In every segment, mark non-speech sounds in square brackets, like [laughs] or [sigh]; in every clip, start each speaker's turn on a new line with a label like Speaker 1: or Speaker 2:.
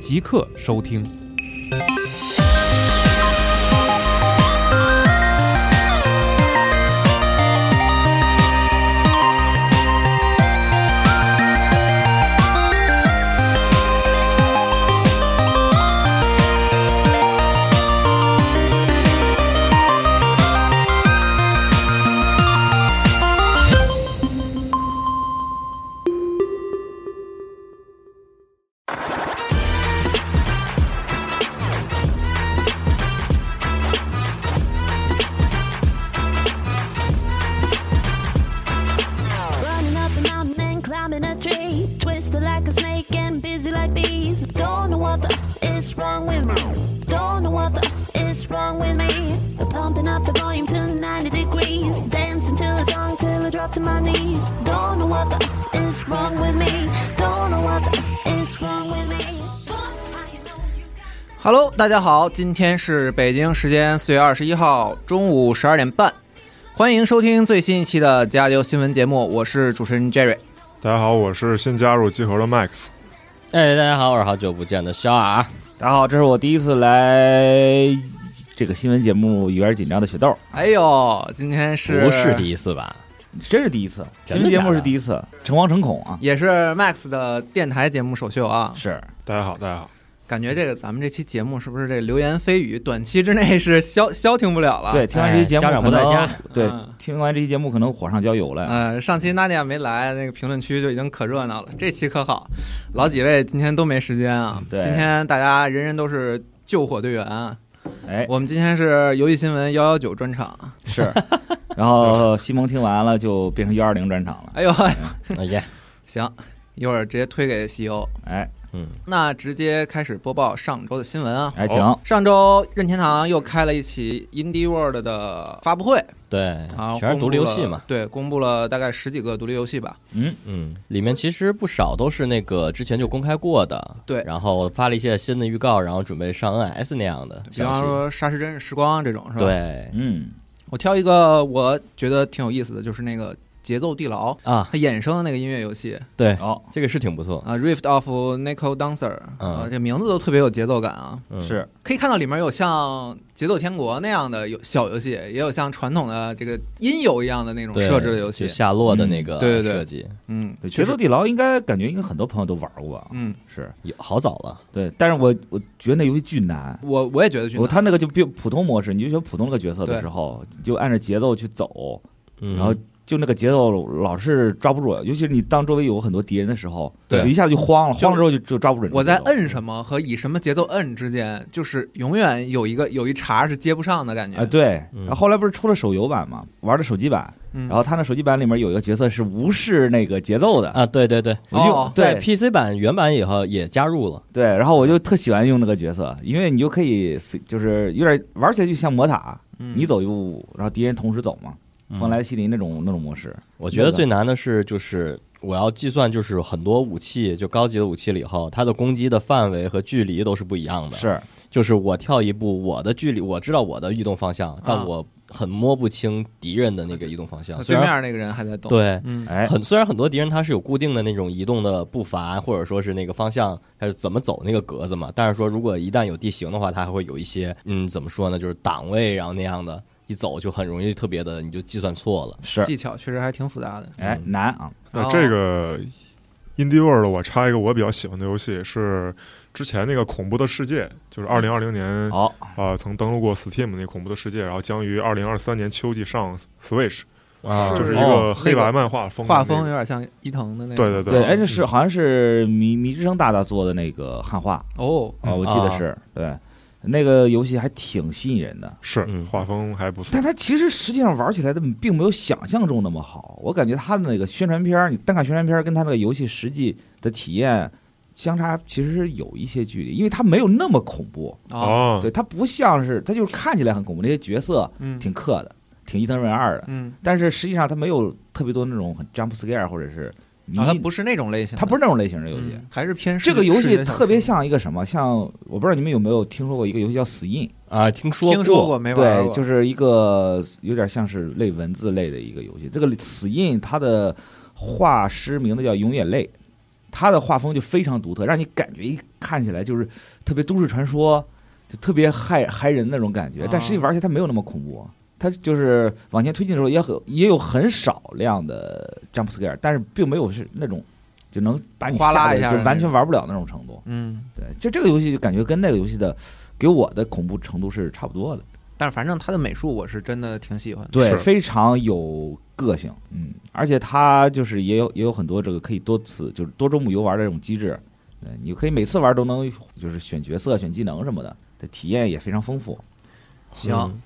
Speaker 1: 即刻收听。
Speaker 2: Running up a mountain and climbing a tree. Twisted like a snake and busy like bees. Don't know what the is wrong with me. Don't know what the is wrong with me. But pumping up the volume to 90 degrees. Dancing till it's song till I drop to my knees. Don't know what the is wrong with me. Don't know what the is wrong with me. Boy, I know you got-
Speaker 3: Hello，大家好，今天是北京时间四月二十一号中午十二点半，欢迎收听最新一期的加油新闻节目，我是主持人 Jerry。
Speaker 4: 大家好，我是新加入集合的 Max。
Speaker 5: 哎，大家好，我是好久不见的肖啊尔。
Speaker 6: 大家好，这是我第一次来这个新闻节目，有点紧张的雪豆，
Speaker 3: 哎呦，今天是
Speaker 5: 不是第一
Speaker 3: [laughs]
Speaker 5: 次吧？
Speaker 6: 真是第一次，
Speaker 5: 真
Speaker 6: 新
Speaker 5: 的
Speaker 6: 闻节目
Speaker 5: 假
Speaker 6: 是
Speaker 5: 的
Speaker 6: 第一次，诚惶诚恐啊！
Speaker 3: 也是 Max 的电台节目首秀啊，
Speaker 6: 是，
Speaker 4: 大家好，大家好。
Speaker 3: 感觉这个咱们这期节目是不是这流言蜚语，短期之内是消 [laughs] 消停不了了？
Speaker 6: 对，，听完这期节目
Speaker 5: 啊哎家长
Speaker 6: 可
Speaker 5: 不在
Speaker 6: 能
Speaker 5: 家，
Speaker 6: 对
Speaker 3: 嗯，
Speaker 6: 听完这期节目可能火上浇油了。
Speaker 3: 呃，上期娜迪亚没来，那个评论区就已经可热闹了，这期可好，老几位今天都没时间啊，
Speaker 6: 对
Speaker 3: 今天大家人人都是救火队员啊，
Speaker 5: 嗯
Speaker 6: 哎，
Speaker 3: 我们今天是游戏新闻幺幺九专场。
Speaker 5: [laughs]
Speaker 6: 是，然后西蒙听完了就变成幺二零专场了。
Speaker 3: 哎呦，
Speaker 5: 哎呀，
Speaker 3: 行，一会儿直接推给西欧。
Speaker 6: 哎，
Speaker 5: 嗯，
Speaker 3: 那直接开始播报上周的新闻啊。
Speaker 6: 哎，请，
Speaker 5: 哦
Speaker 3: 上周任天堂又开了一期 Indie World 的发布会
Speaker 5: 对
Speaker 3: 啊，，
Speaker 5: 全是独立游戏
Speaker 3: 公布
Speaker 5: 嘛
Speaker 3: 了。对，公布了大概十几个独立游戏吧。
Speaker 6: 嗯，
Speaker 5: 嗯，里面其实不少都是那个之前就公开过的，
Speaker 3: 对
Speaker 5: 然后发了一些新的预告，然后准备上 NS 那样的
Speaker 3: 比
Speaker 5: 详
Speaker 3: 方
Speaker 5: 细。
Speaker 3: 说《沙石真时光》这种是吧？，
Speaker 5: 对
Speaker 6: 嗯，
Speaker 3: 我挑一个我觉得挺有意思的，就是那个节奏地牢。
Speaker 5: 啊，
Speaker 3: 它衍生的那个音乐游戏
Speaker 5: 对，
Speaker 6: 哦，
Speaker 5: 这个是挺不错。
Speaker 3: 嗯啊，《Rift of Nico Dancer》
Speaker 5: 嗯
Speaker 3: 啊，这名字都特别有节奏感啊。
Speaker 5: 嗯，
Speaker 6: 是，
Speaker 3: 可以看到里面有像《节奏天国》那样的游小游戏，也有像传统的这个音游一样的那种
Speaker 5: 对
Speaker 3: 设置的游
Speaker 5: 就
Speaker 3: 戏。
Speaker 5: 夏洛的那个
Speaker 3: 嗯对对对
Speaker 5: 设计
Speaker 3: 嗯，
Speaker 6: 对，
Speaker 3: 就
Speaker 6: 节
Speaker 3: 是
Speaker 6: 奏地牢应该感觉应该很多朋友都玩过啊，
Speaker 3: 嗯，
Speaker 6: 是
Speaker 5: 有好早了，
Speaker 6: 对，但是我我觉得那游戏巨难。
Speaker 3: 我我也觉得去
Speaker 6: 我
Speaker 3: 难。
Speaker 6: 他那个就比普通模式，你就选普通那个角色的
Speaker 3: 对
Speaker 6: 时候，就按照节奏去走，
Speaker 5: 嗯
Speaker 6: 然后就那个节奏老是抓不住，尤其是你当周围有很多敌人的时候，
Speaker 3: 对
Speaker 6: 就一下就慌了，
Speaker 3: 就
Speaker 6: 慌了之后就就抓不准。
Speaker 3: 我在摁什么和以什么节奏摁之间，就是永远有一个有一茬是接不上的感觉。
Speaker 6: 啊，对，
Speaker 5: 嗯
Speaker 6: 然后后来不是出了手游版嘛，玩的手机版，
Speaker 3: 嗯，
Speaker 6: 然后他那手机版里面有一个角色是无视那个节奏的，
Speaker 5: 啊，对对对，
Speaker 6: 我就、
Speaker 3: 哦
Speaker 5: 在
Speaker 6: 对
Speaker 5: PC 版原版以后也加入了，
Speaker 6: 对，然后我就特喜欢用那个角色，因为你就可以随就是有点玩起来就像魔塔，
Speaker 3: 嗯
Speaker 6: 你走一步，然后敌人同时走嘛，
Speaker 5: 嗯
Speaker 6: 像莱西林那种那种模式，
Speaker 5: 我觉得最难的是，就是我要计算，就是很多武器，就高级的武器了以后，它的攻击的范围和距离都是不一样的。，
Speaker 6: 是
Speaker 5: 就是我跳一步，我的距离我知道我的移动方向，但我很摸不清敌人的那个移动方向。
Speaker 3: 啊对
Speaker 5: 虽然
Speaker 3: 面那个人还在动。，
Speaker 5: 对，
Speaker 3: 嗯，
Speaker 6: 哎。
Speaker 5: 很虽然很多敌人他是有固定的那种移动的步伐，或者说是那个方向，他是怎么走那个格子嘛。但是说如果一旦有地形的话，它还会有一些嗯，怎么说呢，就是档位，然后那样的，一走就很容易特别的，你就计算错了。
Speaker 6: 是，
Speaker 3: 技巧确实还挺复杂的。
Speaker 6: 哎，难啊！
Speaker 4: 那
Speaker 3: 哦
Speaker 4: 这个 Indie World 我插一个我比较喜欢的游戏是之前那个《恐怖的世界》，就是二零二零年啊、
Speaker 6: 哦，
Speaker 4: 呃曾登陆过 Steam 的那《恐怖的世界》，然后将于二零二三年秋季上 Switch，
Speaker 5: 啊
Speaker 4: 就是一
Speaker 3: 哦
Speaker 4: 个黑白漫画风、
Speaker 3: 画风有。点像伊藤的那
Speaker 4: 对
Speaker 3: 个。
Speaker 4: 对
Speaker 3: 对
Speaker 6: 对，哎，这是好像是迷迷之声大大做的那个汉化
Speaker 3: 哦，
Speaker 6: 啊，我记得
Speaker 5: 啊
Speaker 6: 是对，那个游戏还挺吸引人的，
Speaker 4: 是
Speaker 5: 嗯
Speaker 4: 画风还不错
Speaker 6: 但。它其实实际上玩起来的并没有想象中那么好。我感觉它的那个宣传片儿，你单看宣传片儿跟它那个游戏实际的体验，相差其实是有一些距离，因为它没有那么恐怖，
Speaker 3: 啊，
Speaker 4: 啊，
Speaker 6: 对，它不像是它就是看起来很恐怖，那些角色
Speaker 3: 嗯
Speaker 6: 挺克的，挺伊藤润二的，
Speaker 3: 嗯，
Speaker 6: 但是实际上它没有特别多那种很 jump scare 或者是你
Speaker 3: 啊，它不是那种类型的，
Speaker 6: 它不是那种类型的游戏。
Speaker 3: 嗯还是偏
Speaker 6: 这个
Speaker 3: 视
Speaker 6: 游
Speaker 3: 视
Speaker 6: 戏
Speaker 3: 觉小
Speaker 6: 特别
Speaker 3: 说
Speaker 6: 像一个什么？像我不知道你们有没有听说过一个游戏叫《死印
Speaker 5: 啊，听说
Speaker 3: 听说过没》，玩
Speaker 6: 对，
Speaker 3: 过，
Speaker 6: 就是是一个有点像是类文字类的一个游戏。这个《死印》它的画师名字叫永野泪，他的画风就非常独特，让你感觉一看起来就是特别都市传说，就特别骇骇人那种感觉
Speaker 3: 啊。
Speaker 6: 但实际玩起来它没有那么恐怖，它就是往前推进的时候也很也有很少量的 jump scare，但是并没有是那种就能把你
Speaker 3: 哗啦
Speaker 6: 吓得
Speaker 3: 一下的
Speaker 6: 就完
Speaker 3: 那
Speaker 6: 全玩不了那种程度。
Speaker 3: 嗯，
Speaker 6: 对，就这个游戏就感觉跟那个游戏的给我的恐怖程度是差不多的，
Speaker 3: 但是反正它的美术我是真的挺喜欢的，
Speaker 6: 对，
Speaker 4: 是
Speaker 6: 非常有个性，嗯，而且它就是也有也有很多这个可以多次就是多周目游玩的这种机制，对，你可以每次玩都能就是选角色、选技能什么的，的体验也非常丰富。
Speaker 3: 行，
Speaker 5: 嗯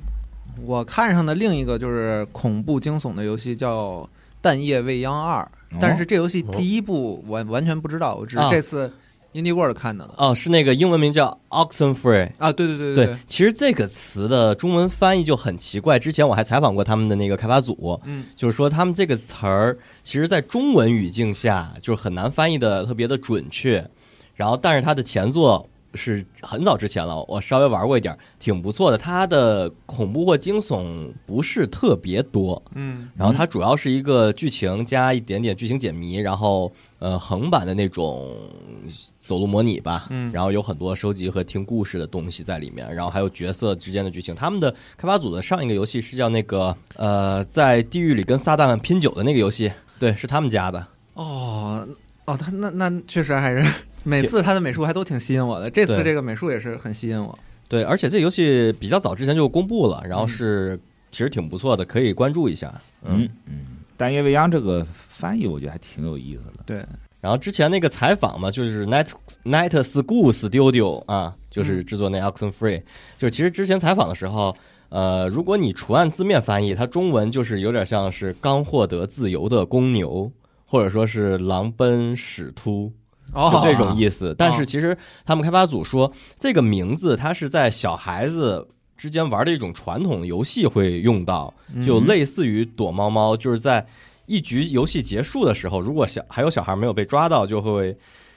Speaker 3: 我看上的另一个就是恐怖惊悚的游戏叫《蛋液未央二》，
Speaker 6: 哦
Speaker 3: 但是这游戏第一部我完全不知道，我只是
Speaker 5: 啊
Speaker 3: 这次 Indie World 看到的。
Speaker 5: 哦，是那个英文名叫 Oxenfree。
Speaker 3: 啊，对对对
Speaker 5: 对
Speaker 3: 对，，
Speaker 5: 其实这个词的中文翻译就很奇怪。之前我还采访过他们的那个开发组，
Speaker 3: 嗯，
Speaker 5: 就是说他们这个词儿，其实在中文语境下就是很难翻译的特别的准确。然后，但是它的前作是很早之前了，我稍微玩过一点儿，挺不错的。它的恐怖或惊悚不是特别多，
Speaker 3: 嗯
Speaker 5: 然后它主要是一个剧情加一点点剧情解谜，然后呃横版的那种走路模拟吧，
Speaker 3: 嗯
Speaker 5: 然后有很多收集和听故事的东西在里面，然后还有角色之间的剧情。他们的开发组的上一个游戏是叫那个呃在地狱里跟撒旦拼酒的那个游戏，对，是他们家的。
Speaker 3: 哦哦，他那那确实还是每次他的美术还都挺吸引我的，这次
Speaker 5: 对
Speaker 3: 这个美术也是很吸引我。
Speaker 5: 对，而且这游戏比较早之前就公布了，然后是其实挺不错的，可以关注一下。
Speaker 6: 嗯嗯，但夜未央这个翻译我觉得还挺有意思的。
Speaker 3: 对，
Speaker 5: 然后之前那个采访嘛，就是 Night Night School Studio 啊，就是制作那 Oxen Free，、就是其实之前采访的时候，呃，如果你除按字面翻译，它中文就是有点像是刚获得自由的公牛，或者说是狼奔使突，
Speaker 3: 哦
Speaker 5: 就，这种意思。但是其实他们开发组说，这个名字它是在小孩子之间玩的一种传统游戏会用到，
Speaker 3: 嗯
Speaker 5: 就类似于躲猫猫，就是在一局游戏结束的时候，如果小还有小孩没有被抓到，就会。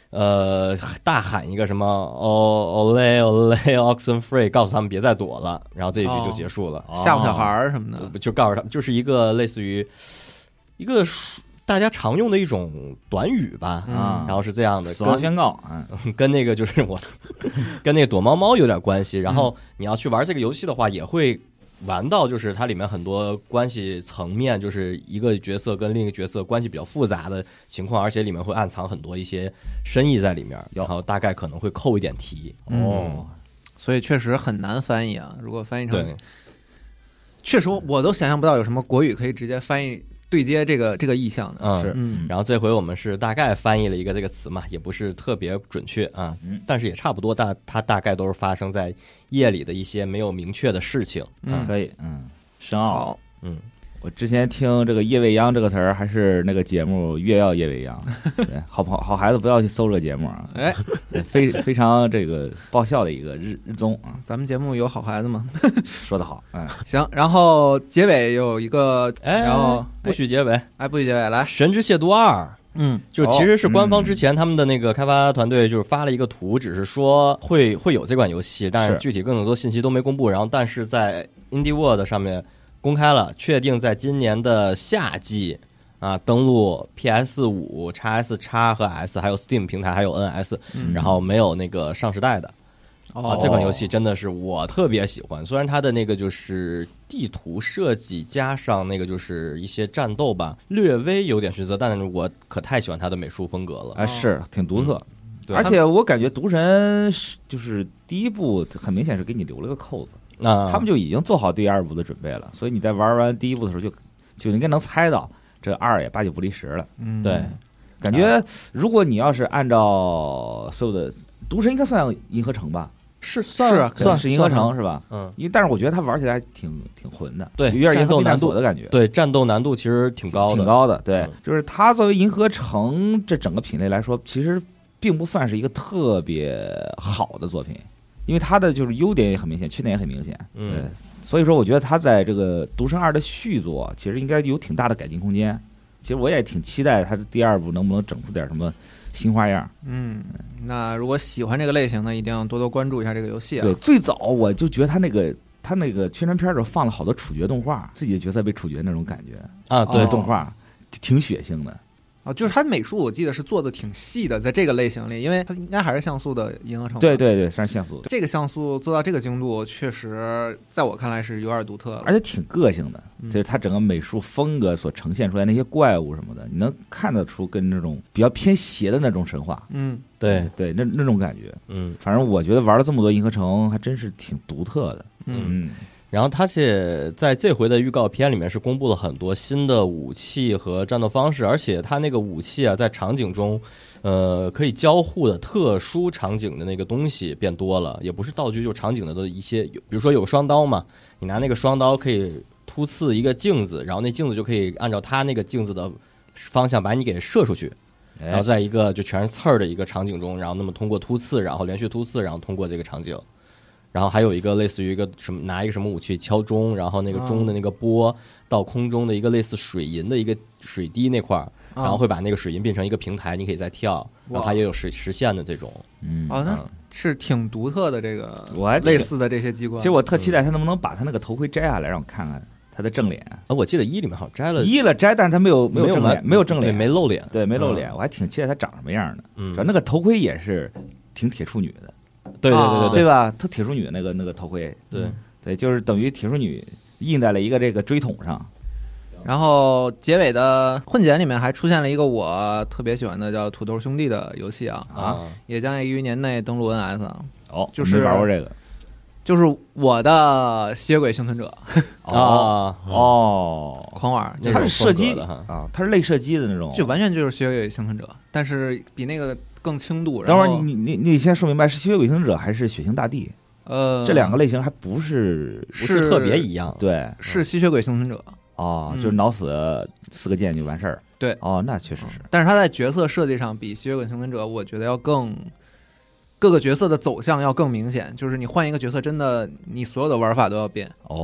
Speaker 5: 呃，大喊一个什么哦 ole ole oxen free，告诉他们别再躲了，然后这一局就结束了，
Speaker 3: 哦
Speaker 5: 哦
Speaker 3: 吓唬小孩儿什么的。
Speaker 5: 就就告诉他们，就是一个类似于一个大家常用的一种短语吧，
Speaker 3: 嗯
Speaker 6: 啊
Speaker 5: 然后是这样的，
Speaker 6: 死亡
Speaker 5: 跟
Speaker 6: 宣告，嗯，
Speaker 5: 跟那个就是 [laughs] 我，跟那个躲猫猫有点关系。然后你要去玩这个游戏的话，也会玩到就是它里面很多关系层面，就是一个角色跟另一个角色关系比较复杂的情况，而且里面会暗藏很多一些深意在里面。然后大概可能会扣一点题。
Speaker 6: 哦，
Speaker 3: 所以确实很难翻译啊。如果翻译
Speaker 5: 对
Speaker 3: 成，确实我我都想象不到有什么国语可以直接翻译对接这个这个意象的。
Speaker 5: 嗯，
Speaker 6: 哦是
Speaker 3: 嗯，
Speaker 5: 然后这回我们是大概翻译了一个这个词嘛，也不是特别准确啊，
Speaker 6: 嗯
Speaker 5: 但是也差不多大，它大概都是发生在夜里的一些没有明确的事情。啊
Speaker 3: 嗯
Speaker 6: 可以，嗯，深奥。
Speaker 3: 好，
Speaker 5: 嗯，
Speaker 6: 我之前听这个“夜未央”这个词儿，还是那个节目《越要夜未央》对，好朋好孩子不要去搜这个节目啊，
Speaker 3: 哎，
Speaker 6: [laughs] 对非非常这个爆笑的一个日日综啊，
Speaker 3: 咱们节目有好孩子吗？ [laughs]
Speaker 6: 说得好，嗯，
Speaker 3: 行，然后结尾有一个，
Speaker 5: 哎，
Speaker 3: 然后
Speaker 5: 不许结尾，哦《
Speaker 3: 哎，不许结尾来，
Speaker 5: 神之亵渎二》
Speaker 3: 嗯
Speaker 5: 就其实是官方之
Speaker 6: 嗯
Speaker 5: 前他们的那个开发团队就是发了一个图，只是说会会有这款游戏，但是
Speaker 6: 是
Speaker 5: 具体更多信息都没公布。然后但是在 Indie World 上面公开了，确定在今年的夏季啊登陆 PS 五、x S、x 和 S，还有 Steam 平台，还有 NS，、
Speaker 3: 嗯
Speaker 5: 然后没有那个上时代的。啊，
Speaker 3: 哦，
Speaker 5: 这款游戏真的是我特别喜欢，虽然它的那个就是地图设计加上那个就是一些战斗吧，略微有点逊色，但是我可太喜欢它的美术风格了。
Speaker 6: 啊是挺独特，
Speaker 5: 对
Speaker 6: 而且我感觉《毒神》是就是第一部很明显是给你留了个扣子，
Speaker 5: 那
Speaker 6: 他们
Speaker 5: 就
Speaker 6: 就已经做好第二部的准备了，所以你在玩完第一部的时候就就应该能猜到这二也八九不离十了。
Speaker 3: 嗯
Speaker 5: 对，
Speaker 6: 感觉如果你要是按照所有的《毒神》应该算银河城吧，
Speaker 5: 是
Speaker 3: 是啊
Speaker 5: 算算
Speaker 6: 是银河，城
Speaker 5: 算
Speaker 6: 是吧？
Speaker 5: 嗯，
Speaker 6: 因为但是我觉得它玩起来挺挺混的，
Speaker 5: 对
Speaker 6: 有点银
Speaker 5: 战斗
Speaker 6: 河避难
Speaker 5: 难度
Speaker 6: 所的感觉，
Speaker 5: 对，战斗难度其实挺高的，
Speaker 6: 挺高的。对
Speaker 5: 嗯，
Speaker 6: 就是它作为银河城这整个品类来说，其实并不算是一个特别好的作品，因为它的就是优点也很明显，缺点也很明显。
Speaker 5: 嗯
Speaker 6: 对，所以说我觉得它在这个《独生二》的续作，其实应该有挺大的改进空间。其实我也挺期待它的第二部能不能整出点什么新花样。
Speaker 3: 嗯，那如果喜欢这个类型呢，一定要多多关注一下这个游戏啊
Speaker 6: 对，。最早我就觉得他那个他那个宣传片儿里放了好多处决动画，自己的角色被处决那种感觉，
Speaker 5: 啊，对
Speaker 3: 哦
Speaker 6: 动画挺血腥的。
Speaker 3: 啊，就是它美术我记得是做的挺细的，在这个类型里，因为它应该还是像素的银河城。
Speaker 6: 对，对对，算是像素，
Speaker 3: 这个像素做到这个精度，确实在我看来是有点独特了。
Speaker 6: 而且挺个性的，
Speaker 3: 嗯
Speaker 6: 就是他整个美术风格所呈现出来那些怪物什么的，你能看得出跟那种比较偏邪的那种神话。
Speaker 3: 嗯，
Speaker 5: 对，
Speaker 6: 对，那那种感觉，
Speaker 5: 嗯。
Speaker 6: 反正我觉得玩了这么多银河城，还真是挺独特的。
Speaker 3: 嗯
Speaker 6: 嗯
Speaker 5: 然后，它且在这回的预告片里面是公布了很多新的武器和战斗方式，而且它那个武器啊，在场景中，呃，可以交互的特殊场景的那个东西变多了，也不是道具，就是场景的的一些，有比如说有双刀嘛，你拿那个双刀可以突刺一个镜子，然后那镜子就可以按照它那个镜子的方向把你给射出去，然后
Speaker 6: 哎，
Speaker 5: 在一个就全是刺儿的一个场景中，然后那么通过突刺，然后连续突刺，然后通过这个场景，然后还有一个类似于一个什么拿一个什么武器敲钟，然后那个钟的那个波到空中的一个类似水银的一个水滴那块儿，然
Speaker 6: 啊
Speaker 5: 后会把那个水银变成一个平台，你可以再跳，然后它也有实实现的这种，
Speaker 6: 嗯，
Speaker 3: 哦，那是挺独特的这个，
Speaker 6: 我还
Speaker 3: 类似的这些机关。
Speaker 6: 其实我特期待他能不能把他那个头盔摘下来，让我看看他的正脸。
Speaker 5: 啊，我记得一里面好像摘了
Speaker 6: 一了摘，但是他没有没有正
Speaker 5: 完
Speaker 6: 脸，没有正脸，
Speaker 5: 对没露脸，
Speaker 6: 对，没露
Speaker 5: 嗯
Speaker 6: 脸，我还挺期待他长什么样的。
Speaker 5: 嗯
Speaker 6: 主要，那个头盔也是挺铁处女的，
Speaker 5: 对对
Speaker 3: 啊
Speaker 5: 对
Speaker 6: 对
Speaker 5: 对
Speaker 6: 吧？特铁处女那个那个头盔，嗯
Speaker 5: 对对，
Speaker 6: 对，就是等于铁处女印在了一个这个锥筒上。
Speaker 3: 嗯然后结尾的混剪里面还出现了一个我特别喜欢的叫《土豆兄弟》的游戏啊，
Speaker 5: 啊，
Speaker 3: 也将于年内登陆 NS 啊，
Speaker 6: 哦，
Speaker 3: 就是
Speaker 6: 没玩过这个。
Speaker 3: 就是我的《吸血鬼幸存者
Speaker 5: 啊，
Speaker 6: 哦，》
Speaker 3: 狂玩，
Speaker 5: 那
Speaker 3: 就
Speaker 6: 它
Speaker 3: 是
Speaker 6: 是
Speaker 5: 种
Speaker 6: 射击
Speaker 5: 风格的哈
Speaker 6: 啊，它是类射击的那种。
Speaker 3: 就完全就是《吸血鬼幸存者》，但是比那个更轻度。然
Speaker 6: 等
Speaker 3: 后
Speaker 6: 会儿你你你先说明白，是吸血鬼行者还是血腥大地？
Speaker 3: 呃，
Speaker 6: 这两个类型还不是
Speaker 5: 不是特别一样，
Speaker 6: 对
Speaker 3: 是《吸血鬼幸存者》，
Speaker 6: 哦，
Speaker 3: 嗯
Speaker 6: 就是脑死四个键就完事儿。
Speaker 3: 对
Speaker 6: 哦，那确实是。
Speaker 3: 嗯但是它在角色设计上比《吸血鬼幸存者》我觉得要更各个角色的走向要更明显，就是你换一个角色，真的你所有的玩法都要变。
Speaker 5: 哦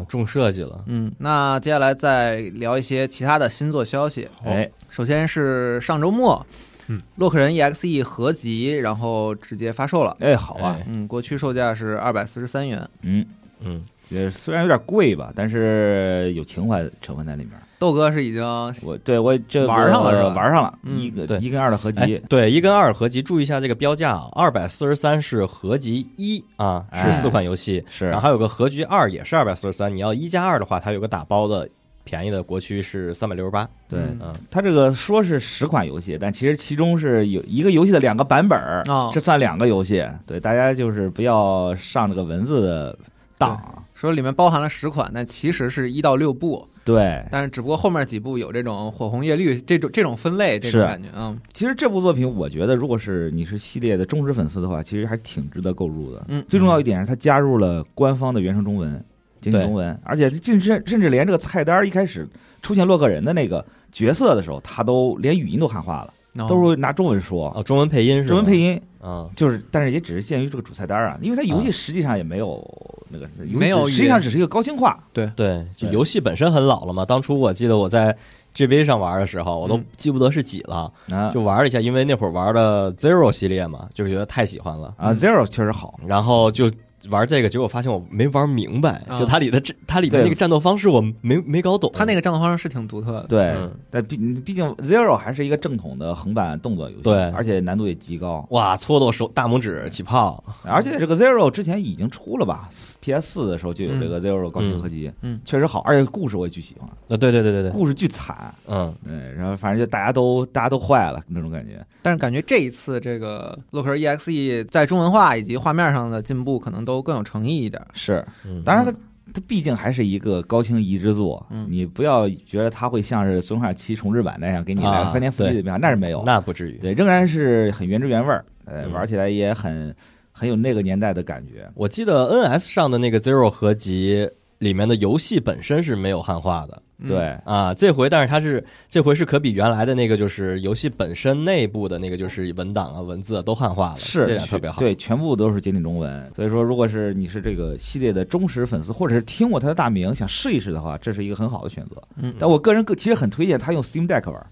Speaker 6: 哦，，
Speaker 5: 重设计了，
Speaker 3: 嗯，那接下来再聊一些其他的新作消息。
Speaker 6: 哎，
Speaker 3: 首先是上周末，
Speaker 4: 嗯
Speaker 3: 洛克人 EXE 合集，然后直接发售了。
Speaker 6: 哎，好啊，
Speaker 5: 哎
Speaker 3: 嗯，国区售价是二百四十三元。
Speaker 6: 嗯，
Speaker 5: 嗯，
Speaker 6: 也虽然有点贵吧，但是有情怀成分在里面。
Speaker 3: 豆哥是已经
Speaker 6: 我对我这个
Speaker 3: 玩上了是吧
Speaker 6: 玩上了，
Speaker 3: 嗯
Speaker 6: 一个
Speaker 5: 对
Speaker 6: 一跟二的合
Speaker 5: 哎
Speaker 6: 集，，
Speaker 5: 对，一跟二合集，注意一下这个标价啊，二百四十三是合集一啊，
Speaker 6: 哎
Speaker 5: 是四款游戏，
Speaker 6: 是
Speaker 3: 啊
Speaker 5: 然后还有个合集二也是二百四十三，你要一加二的话，它有个打包的便宜的国区是三百六十八，
Speaker 6: 对
Speaker 3: 嗯
Speaker 5: 嗯，
Speaker 6: 它这个说是十款游戏，但其实其中是有一个游戏的两个版本儿
Speaker 3: 哦，
Speaker 6: 这算两个游戏。对，大家就是不要上这个文字的当啊。
Speaker 3: 说里面包含了十款，但其实是一到六部，
Speaker 6: 对，
Speaker 3: 但是只不过后面几部有这种火红叶绿这种这种分类这种
Speaker 6: 是
Speaker 3: 感觉啊。
Speaker 6: 其实这部作品，我觉得如果是你是系列的忠实粉丝的话，其实还挺值得购入的。
Speaker 3: 嗯
Speaker 6: 最重要一点是它加入了官方的原声中文、简体
Speaker 5: 对
Speaker 6: 中文，而且甚至甚至连这个菜单一开始出现洛克人的那个角色的时候，它都连语音都汉化了，
Speaker 3: 嗯
Speaker 6: 都是拿中文说，
Speaker 5: 哦，中文配音是
Speaker 6: 中文配
Speaker 5: 音
Speaker 6: 音
Speaker 5: 啊，
Speaker 6: 就是，但是也只是限于这个主菜单啊，因为它游
Speaker 5: 哦
Speaker 6: 戏实际上也没有那个，游戏
Speaker 3: 没有
Speaker 6: 只实际上只是一个高清化。
Speaker 5: 对，就
Speaker 6: 对
Speaker 5: 游戏本身很老了嘛，当初我记得我在 GB 上玩的时候，我都
Speaker 3: 嗯
Speaker 5: 记不得是几了，
Speaker 6: 啊
Speaker 5: 就玩了一下，因为那会儿玩的 Zero 系列嘛，就是觉得太喜欢了，
Speaker 6: 啊，Zero 确实好，
Speaker 5: 然后就玩这个，结果发现我没玩明白，
Speaker 3: 啊
Speaker 5: 就它里的这它里面
Speaker 6: 嗯对
Speaker 5: 那个战斗方式我没没搞懂。
Speaker 3: 它那个战斗方式是挺独特的。
Speaker 6: 对
Speaker 5: 嗯，
Speaker 6: 但毕毕竟 Zero 还是一个正统的横版动作游戏，
Speaker 5: 对
Speaker 6: 而且难度也极高，
Speaker 5: 哇，搓到手大拇指起泡，
Speaker 6: 而且这个 Zero 之前已经出了吧，PS 四的时候就有这个 Zero 高清合集，
Speaker 3: 嗯嗯
Speaker 6: 确实好，而且故事我也巨喜欢，
Speaker 5: 呃，对对对对对，
Speaker 6: 故事巨惨，
Speaker 5: 嗯，
Speaker 6: 对，然后反正就大家都大家都坏了那种感觉，
Speaker 3: 但是感觉这一次这个洛克人 EXE E 在中文化以及画面上的进步，可能都更有诚意一点。
Speaker 6: 是，
Speaker 5: 嗯
Speaker 6: 当然它它毕竟还是一个高清移植作，
Speaker 3: 嗯
Speaker 6: 你不要觉得它会像是《生化七》重置版那样给你来个
Speaker 5: 啊
Speaker 6: 翻天覆地的
Speaker 5: 对
Speaker 6: 变化，那是没有，
Speaker 5: 那不至于。
Speaker 6: 对，仍然是很原汁原味儿，呃，
Speaker 5: 嗯
Speaker 6: 玩起来也很很有那个年代的感觉，
Speaker 5: 我记得 NS 上的那个 Zero 合集里面的游戏本身是没有汉化的，
Speaker 3: 嗯
Speaker 6: 对，
Speaker 5: 啊，这回但是它是这回是可比原来的那个就是游戏本身内部的那个就是文档啊文字啊都汉化了，
Speaker 6: 是
Speaker 5: 这点
Speaker 6: 去
Speaker 5: 特别好。
Speaker 6: 对，全部都是简体中文。所以说，如果是你是这个系列的忠实粉丝，或者是听过他的大名想试一试的话，这是一个很好的选择。
Speaker 3: 嗯
Speaker 6: 但我个人个其实很推荐他用 Steam Deck 玩，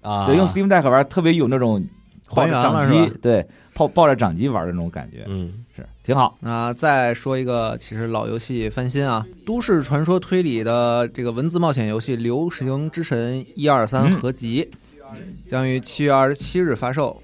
Speaker 5: 啊，
Speaker 6: 对，用 Steam Deck 玩特别有那种抱
Speaker 3: 还
Speaker 6: 着
Speaker 3: 原了
Speaker 6: 掌
Speaker 3: 是吧
Speaker 6: 机，对，抱抱着掌机玩的那种感觉，
Speaker 5: 嗯
Speaker 6: 是挺好。
Speaker 3: 那再说一个，其实老游戏翻新啊，《都市传说推理》的这个文字冒险游戏《流行之神》一二
Speaker 6: 嗯
Speaker 3: 三合集，将于七月二十七日发售，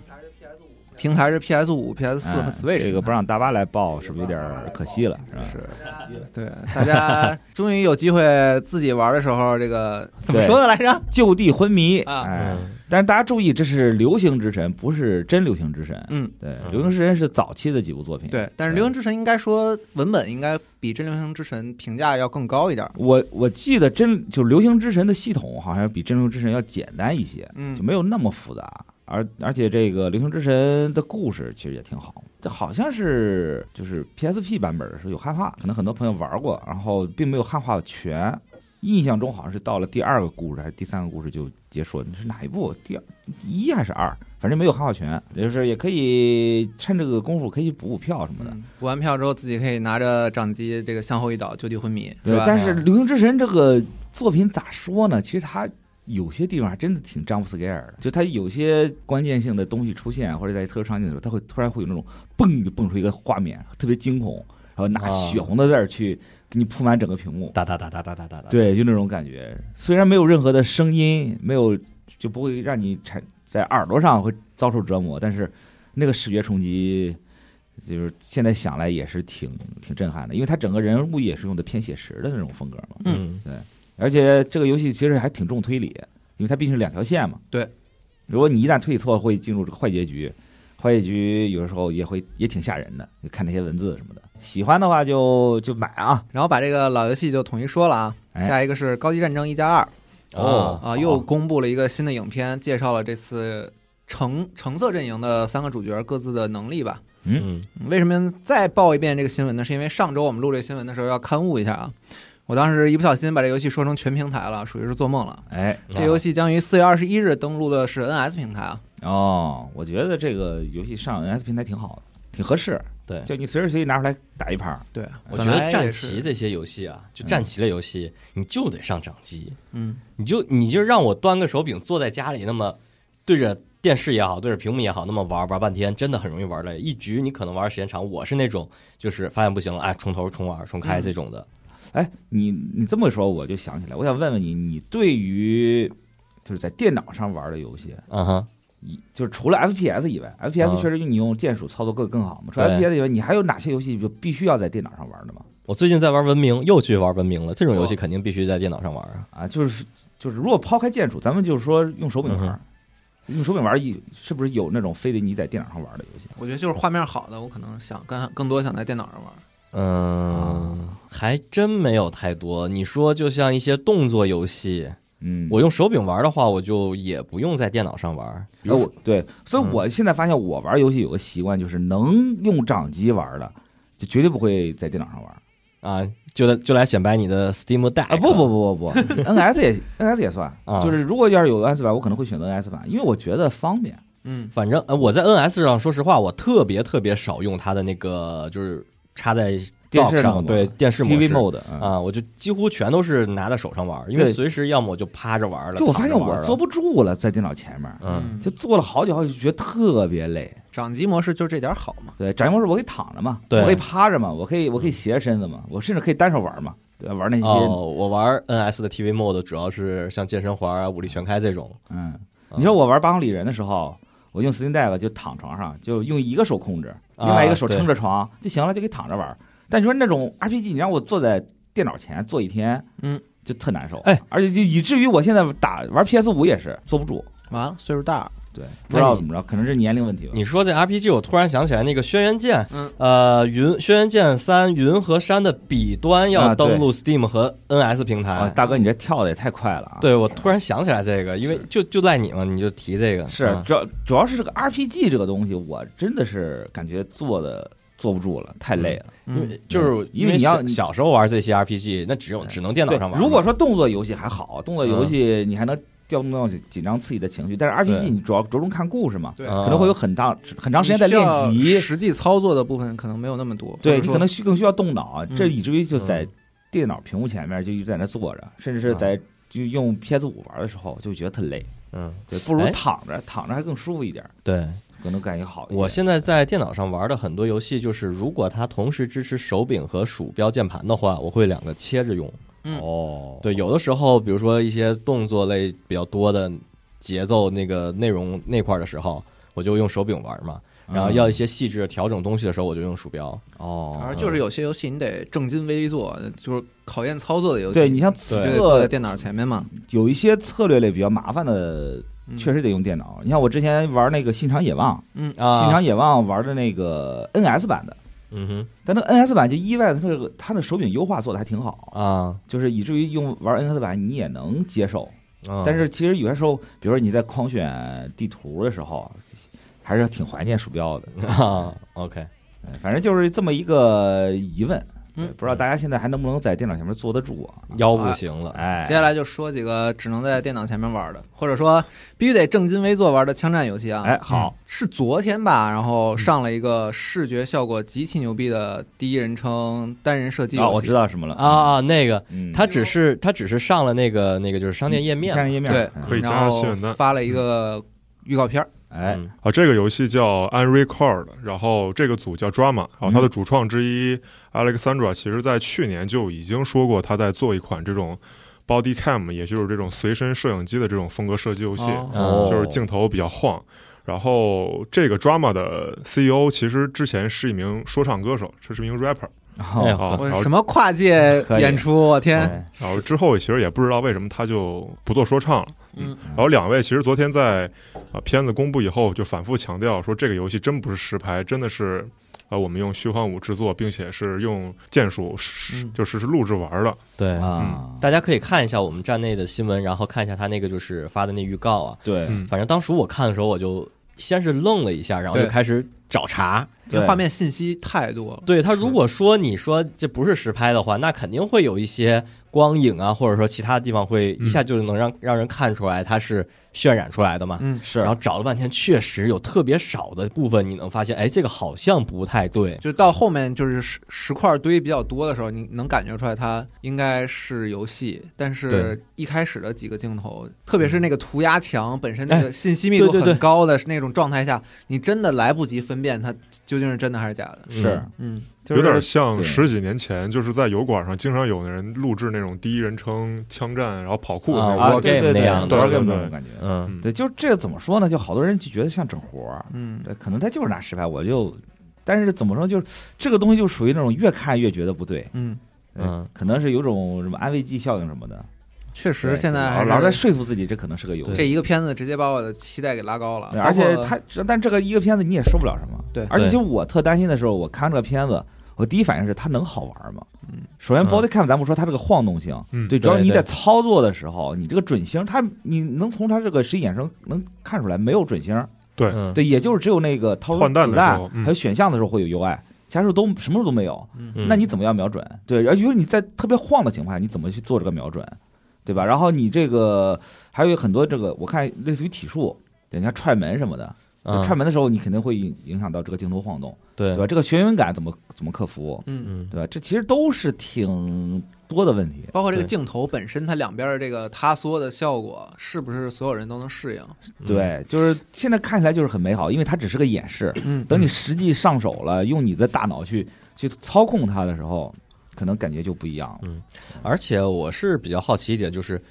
Speaker 3: 平台是 PS 五、PS 四和
Speaker 6: 嗯
Speaker 3: Switch。
Speaker 6: 这个不让大巴来报，是不是有点儿可惜了？是吧？
Speaker 3: 是，对大家终于有机会自己玩的时候，这个怎么
Speaker 6: 对
Speaker 3: 说的来着？
Speaker 6: 就地昏迷
Speaker 3: 啊
Speaker 6: 哎
Speaker 5: 嗯
Speaker 6: 但是大家注意，这是流行之神，不是真流行之神。
Speaker 3: 嗯，
Speaker 6: 对，流行之神是早期的几部作品。
Speaker 3: 对。但是《流行之神》应该说文本应该比《真流行之神》评价要更高一点。
Speaker 6: 我我记得真就流行之神的系统好像比真流行之神要简单一些，
Speaker 3: 嗯
Speaker 6: 就没有那么复杂。而而且这个流行之神的故事其实也挺好，这好像是就是 PSP 版本的时候有汉化，可能很多朋友玩过，然后并没有汉化全。印象中好像是到了第二个故事还是第三个故事就结束了，你是哪一部？第二一还是二？反正没有汉化全，就是也可以趁这个功夫可以补补票什么的。
Speaker 3: 嗯补完票之后，自己可以拿着掌机这个向后一倒，就地昏迷，
Speaker 6: 对
Speaker 3: 吧？啊
Speaker 6: 但是《流星之神》这个作品咋说呢？其实它有些地方还真的挺 jump scare 的，就它有些关键性的东西出现，或者在特殊场景的时候，它会突然会有那种蹦就蹦出一个画面，特别惊恐，然后拿
Speaker 5: 啊
Speaker 6: 血红的字儿去给你铺满整个屏幕。
Speaker 5: 哒哒哒哒哒哒哒哒，
Speaker 6: 对，就那种感觉。虽然没有任何的声音，没有就不会让你产在耳朵上会遭受折磨，但是那个视觉冲击，就是现在想来也是挺挺震撼的，因为他整个人物也是用的偏写实的那种风格嘛。
Speaker 5: 嗯
Speaker 6: 而且这个游戏其实还挺重推理，因为它毕竟是两条线嘛。
Speaker 3: 对，
Speaker 6: 如果你一旦推理错，会进入这个坏结局。坏结局有的时候也会也挺吓人的，就看那些文字什么的。喜欢的话就就买啊，
Speaker 3: 然后把这个老游戏就统一说了啊。
Speaker 6: 哎
Speaker 3: 下一个是《高级战争一加二》
Speaker 5: 哦
Speaker 3: 啊，又公布了一个新的影片，介绍了这次橙橙色阵营的三个主角各自的能力吧。
Speaker 5: 嗯
Speaker 3: 嗯为什么再报一遍这个新闻呢？是因为上周我们录这个新闻的时候要刊物一下啊，我当时一不小心把这游戏说成全平台了，属于是做梦了。
Speaker 6: 哎，
Speaker 3: 这游戏将于四月二十一日登陆的是 NS 平台啊，
Speaker 6: 哦，我觉得这个游戏上 NS 平台挺好的，挺合适，
Speaker 5: 对，
Speaker 6: 就你随时随地拿出来打一盘儿。
Speaker 3: 对，
Speaker 5: 啊我觉
Speaker 3: 本
Speaker 5: 得
Speaker 3: 来
Speaker 5: 战
Speaker 3: 也是
Speaker 5: 棋，这些游戏啊，就战棋类游戏，你就得上掌机，
Speaker 3: 嗯，
Speaker 5: 你就你就让我端个手柄坐在家里，那么对着电视也好，对着屏幕也好，那么玩玩半天，真的很容易玩累。一局你可能玩的时间长，我是那种就是发现不行了，哎，重头重玩重开这种的。
Speaker 6: 哎，你你这么说我就想起来，我想问问你，你对于就是在电脑上玩的游戏，
Speaker 5: 嗯哼，
Speaker 6: 以就是除了 FPS 以外，FPS
Speaker 5: 嗯
Speaker 6: 确实你用键鼠操作更更好嘛。除了
Speaker 5: 对
Speaker 6: FPS 以外，你还有哪些游戏就必须要在电脑上玩的吗？
Speaker 5: 我最近在玩文明，又去玩文明了。这种游
Speaker 6: 哦
Speaker 5: 戏肯定必须在电脑上玩啊。
Speaker 6: 啊，就是就是，如果抛开键鼠，咱们就是说用手柄
Speaker 5: 嗯
Speaker 6: 玩儿，用手柄玩儿一是不是有那种非得你在电脑上玩的游戏？
Speaker 3: 我觉得就是画面好的，我可能想更更多想在电脑上玩。
Speaker 5: 嗯，还真没有太多。你说就像一些动作游戏，
Speaker 6: 嗯，
Speaker 5: 我用手柄玩的话，我就也不用在电脑上玩。比
Speaker 6: 呃，
Speaker 5: 如
Speaker 6: 我
Speaker 5: 说
Speaker 6: 对，所以
Speaker 5: 嗯
Speaker 6: 我现在发现我玩游戏有个习惯，就是能用掌机玩的，就绝对不会在电脑上玩。
Speaker 5: 啊，就来就来显摆你的 Steam Deck
Speaker 6: 啊，不不不不不
Speaker 5: [laughs]
Speaker 6: ，NS 也 NS 也算
Speaker 5: 啊，
Speaker 6: 就是如果要是有 NS 版，我可能会选择 NS 版，因为我觉得方便。
Speaker 3: 嗯，
Speaker 5: 反正呃，我在 NS 上，说实话，我特别特别少用它的那个，就是插在
Speaker 6: 电
Speaker 5: dock
Speaker 6: 视那个
Speaker 5: 上，对电视模
Speaker 6: TV
Speaker 5: 式
Speaker 6: mode 嗯
Speaker 5: 啊，我就几乎全都是拿在手上玩，因为
Speaker 6: 对
Speaker 5: 随时要么我就趴着玩了，
Speaker 6: 嗯就我发
Speaker 5: 躺
Speaker 6: 现
Speaker 5: 着玩啊
Speaker 6: 我
Speaker 5: 了
Speaker 6: 坐不住了，在电脑前面，
Speaker 5: 嗯，
Speaker 6: 就坐了好久好久，就觉得特别累。
Speaker 3: 掌机模式就这点好嘛。
Speaker 6: 对，展现模式我可以躺着嘛，
Speaker 5: 对
Speaker 6: 我可以趴着嘛，我可以我可以斜着身子嘛，我甚至可以单手玩嘛，对吧，玩那些
Speaker 5: 哦，我玩 NS 的 TV mode 主要是像健身环啊、武力全开这种，
Speaker 6: 嗯，
Speaker 5: 啊
Speaker 6: 你说我玩《八方里人》的时候，我用 Steam Deck 就躺床上，就用一个手控制，
Speaker 5: 啊
Speaker 6: 另外一个手
Speaker 5: 对
Speaker 6: 撑着床就行了，就可以躺着玩。但你说那种 RPG，你让我坐在电脑前坐一天，
Speaker 3: 嗯，
Speaker 6: 就特难受。
Speaker 5: 哎，
Speaker 6: 而且就以至于我现在打玩 PS 五也是坐不住，
Speaker 3: 完了，岁数大了，
Speaker 6: 对，
Speaker 5: 那
Speaker 6: 不知道
Speaker 5: 你
Speaker 6: 怎么着，可能是年龄问题吧。
Speaker 5: 啊你说这 RPG，我突然想起来那个《轩辕剑》，
Speaker 3: 嗯
Speaker 5: 呃，云《轩辕剑三》云和山的彼端要
Speaker 6: 啊对
Speaker 5: 登陆 Steam 和 NS 平台。
Speaker 6: 啊，大哥，你这跳的也太快了啊！，
Speaker 5: 对，我突然想起来这个，因为就就赖你嘛，你就提这个
Speaker 6: 是
Speaker 5: 啊
Speaker 6: 主要主要是这个 RPG 这个东西，我真的是感觉做的坐不住了，太累了。
Speaker 5: 因
Speaker 3: 嗯
Speaker 5: 为就是
Speaker 6: 因为你要
Speaker 5: 小小时候玩这些 RPG，那只有只能电脑
Speaker 6: 对
Speaker 5: 上玩嘛。嗯
Speaker 6: 如果说动作游戏还好，动作游戏你还能调动到紧张刺激的情绪，但是
Speaker 5: 对
Speaker 6: RPG 你主要着重看故事嘛，
Speaker 3: 对
Speaker 5: 啊
Speaker 6: 可能会有很大很呃长时间在练
Speaker 3: 你需要
Speaker 6: 级，
Speaker 3: 实际操作的部分可能没有那么多。
Speaker 6: 对
Speaker 3: 或者
Speaker 6: 你
Speaker 3: 说
Speaker 6: 可能需更需要动脑，这
Speaker 3: 嗯
Speaker 6: 以至于就在
Speaker 5: 嗯
Speaker 6: 电脑屏幕前面就一直在那坐着，甚至是在就用 PS 五玩的时候就觉得特累，
Speaker 5: 嗯，
Speaker 6: 对，不如
Speaker 5: 哎
Speaker 6: 躺着，躺着还更舒服一点，
Speaker 5: 对，
Speaker 6: 可能感觉好一些。
Speaker 5: 我现在在电脑上玩的很多游戏，就是如果它同时支持手柄和鼠标键盘的话，我会两个切着用。
Speaker 3: 嗯
Speaker 6: 哦，
Speaker 5: 对，有的时候，比如说一些动作类比较多的节奏那个内容那块儿的时候，我就用手柄玩嘛。
Speaker 6: 嗯，
Speaker 5: 然后要一些细致调整东西的时候，我就用鼠标。
Speaker 3: 反
Speaker 6: 哦
Speaker 3: 正，就是有些游戏你得正襟危坐，就是考验操作的游戏。
Speaker 6: 对你像
Speaker 3: 就
Speaker 6: 策
Speaker 3: 得坐在电脑前面嘛，
Speaker 6: 有一些策略类比较麻烦的，
Speaker 3: 嗯
Speaker 6: 确实得用电脑。你像我之前玩那个《信长野望》。《信
Speaker 5: 啊，
Speaker 6: 长野望》玩的那个 NS 版的，
Speaker 5: 嗯
Speaker 6: 但那个 NS 版就意外的，它这个它的手柄优化做的还挺好，
Speaker 5: 哼，啊，
Speaker 6: 就是以至于用玩 NS 版你也能接受。
Speaker 5: 啊
Speaker 6: 但是其实有些时候，比如说你在框选地图的时候，还是挺怀念鼠标的。
Speaker 5: 啊，OK，
Speaker 6: 哎反正就是这么一个疑问，
Speaker 3: 嗯
Speaker 6: 对不知道大家现在还能不能在电脑前面坐得住啊？
Speaker 5: 腰不行了。
Speaker 6: 哎，
Speaker 3: 接下来就说几个只能在电脑前面玩的，或者说必须得正襟危坐玩的枪战游戏啊。
Speaker 6: 哎好，
Speaker 3: 是昨天吧，然后上了一个视觉效果极其牛逼的第一人称单人射击游
Speaker 6: 啊，
Speaker 3: 戏。
Speaker 6: 我知道什么了，
Speaker 5: 啊，那个，
Speaker 6: 嗯，
Speaker 5: 它只是它只是上了那个那个就是商店页面
Speaker 6: 上页面
Speaker 3: 对
Speaker 6: 嗯
Speaker 4: 可以加
Speaker 3: 然
Speaker 4: 新
Speaker 3: 后
Speaker 4: 闻弹
Speaker 3: 发了一个预告片儿，
Speaker 6: 哎，
Speaker 5: 嗯
Speaker 4: 啊，这个游戏叫 Unrecord，然后这个组叫 Drama，然后它的主创之一、Alexandra，其实在去年就已经说过他在做一款这种 Body Cam，也就是这种随身摄影机的这种风格射击游戏，啊
Speaker 3: 哦
Speaker 5: 哦
Speaker 4: 嗯就是镜头比较晃。然后这个 Drama 的 CEO 其实之前是一名说唱歌手，这是一名 rapper
Speaker 5: 哎
Speaker 6: 哦
Speaker 5: 呦
Speaker 4: 啊，
Speaker 5: 呵
Speaker 4: 然
Speaker 3: 我
Speaker 4: 后
Speaker 3: 什么跨
Speaker 6: [laughs]
Speaker 3: 界
Speaker 5: 可以
Speaker 3: 演出，我天！
Speaker 6: 哎
Speaker 4: 然后之后其实也不知道为什么他就不做说唱了。
Speaker 3: 嗯，
Speaker 4: 然后两位其实昨天在啊、呃片子公布以后，就反复强调说这个游戏真不是实拍，真的是啊、呃我们用虚幻五制作，并且是用剑术实实
Speaker 3: 嗯
Speaker 4: 就实时录制玩的。
Speaker 5: 对
Speaker 6: 啊，
Speaker 5: 大家可以看一下我们站内的新闻，然后看一下他那个就是发的那预告啊。
Speaker 6: 对
Speaker 4: 嗯
Speaker 5: 反正当时我看的时候，我就先是愣了一下，然后就
Speaker 3: 对
Speaker 5: 开始找茬。
Speaker 3: 这
Speaker 6: 对
Speaker 3: 画面信息太多了。
Speaker 5: 对他，如果说你说这不是实拍的话，那肯定会有一些光影啊，或者说其他地方会一下就能让、让人看出来它是渲染出来的嘛。
Speaker 3: 嗯，
Speaker 6: 是
Speaker 5: 然后找了半天，确实有特别少的部分，你能发现，哎，这个好像不太对。
Speaker 3: 就到后面就是石石块堆比较多的时候，你能感觉出来它应该是游戏，但是
Speaker 5: 对
Speaker 3: 一开始的几个镜头，特别是那个涂鸦墙本身那个信息密度
Speaker 5: 对对对
Speaker 3: 很高的那种状态下，你真的来不及分辨它究竟是真的还是假的。
Speaker 6: 是，
Speaker 3: 嗯，
Speaker 6: 就是
Speaker 4: 有点像
Speaker 6: 对
Speaker 4: 十几年前，就是在油管上经常有的人录制那种第一人称枪战，然后跑酷的那种。
Speaker 5: 啊
Speaker 6: 啊，
Speaker 5: War
Speaker 6: 对对
Speaker 5: game
Speaker 6: 对
Speaker 5: 那样
Speaker 4: 的
Speaker 6: ，war
Speaker 4: 对
Speaker 6: game
Speaker 4: 对
Speaker 6: 那种
Speaker 4: 对
Speaker 6: 感觉，
Speaker 5: 嗯，
Speaker 4: 嗯
Speaker 6: 对，就是这怎么说呢？就好多人就觉得像整活儿，
Speaker 3: 嗯，
Speaker 6: 对，可能他就是拿实拍，我就，但是怎么说，就是这个东西就属于那种越看越觉得不对，
Speaker 3: 嗯，
Speaker 6: 呃
Speaker 5: 嗯，
Speaker 6: 可能是有种什么安慰剂效应什么的。
Speaker 3: 确实
Speaker 6: 对
Speaker 3: 现在
Speaker 6: 老
Speaker 3: 还
Speaker 6: 老在
Speaker 3: 是
Speaker 6: 说服自己，这可能是个游
Speaker 3: 这
Speaker 6: 戏，
Speaker 3: 一个片子直接把我的期待给拉高了
Speaker 6: 对，而且
Speaker 3: 包括
Speaker 6: 他，但这个一个片子你也说不了什么。
Speaker 3: 对
Speaker 6: 而且
Speaker 5: 对
Speaker 6: 其实我特担心的时候，我看这个片子。我第一反应是它能好玩吗？
Speaker 3: 嗯，
Speaker 6: 首先
Speaker 5: 嗯
Speaker 6: body cam 咱不说它这个晃动性，
Speaker 4: 嗯
Speaker 6: 对，主要
Speaker 5: 对
Speaker 6: 你
Speaker 5: 对
Speaker 6: 在操作的时候，你这个准星，它你能从它这个实际衍生能看出来没有准星，
Speaker 4: 对
Speaker 5: 嗯，
Speaker 6: 对，也就是只有那个掏出
Speaker 4: 换弹
Speaker 6: 子
Speaker 4: 的
Speaker 6: 弹
Speaker 4: 时候嗯
Speaker 6: 还有选项的时候会有 UI，其他时候都什么时候都没有。
Speaker 5: 嗯
Speaker 6: 那你怎么样瞄准？对，而且你在特别晃的情况下，你怎么去做这个瞄准，对吧？然后你这个还有很多这个，我看类似于体术，对，你看踹门什么的，
Speaker 5: 嗯
Speaker 6: 踹门的时候你肯定会影影响到这个镜头晃动，
Speaker 5: 对
Speaker 6: 对吧？这个眩晕感怎么怎么克服，
Speaker 3: 嗯。
Speaker 5: 嗯
Speaker 6: 对吧？这其实都是挺多的问题，
Speaker 3: 包括这个
Speaker 5: 对
Speaker 3: 镜头本身，它两边的这个塌缩的效果，是不是所有人都能适应？
Speaker 6: 对，就是现在看起来就是很美好，因为它只是个演示，
Speaker 3: 嗯，
Speaker 6: 等你实际上手了，用你的大脑去去操控它的时候，可能感觉就不一样了。
Speaker 5: 而且我是比较好奇一点，就是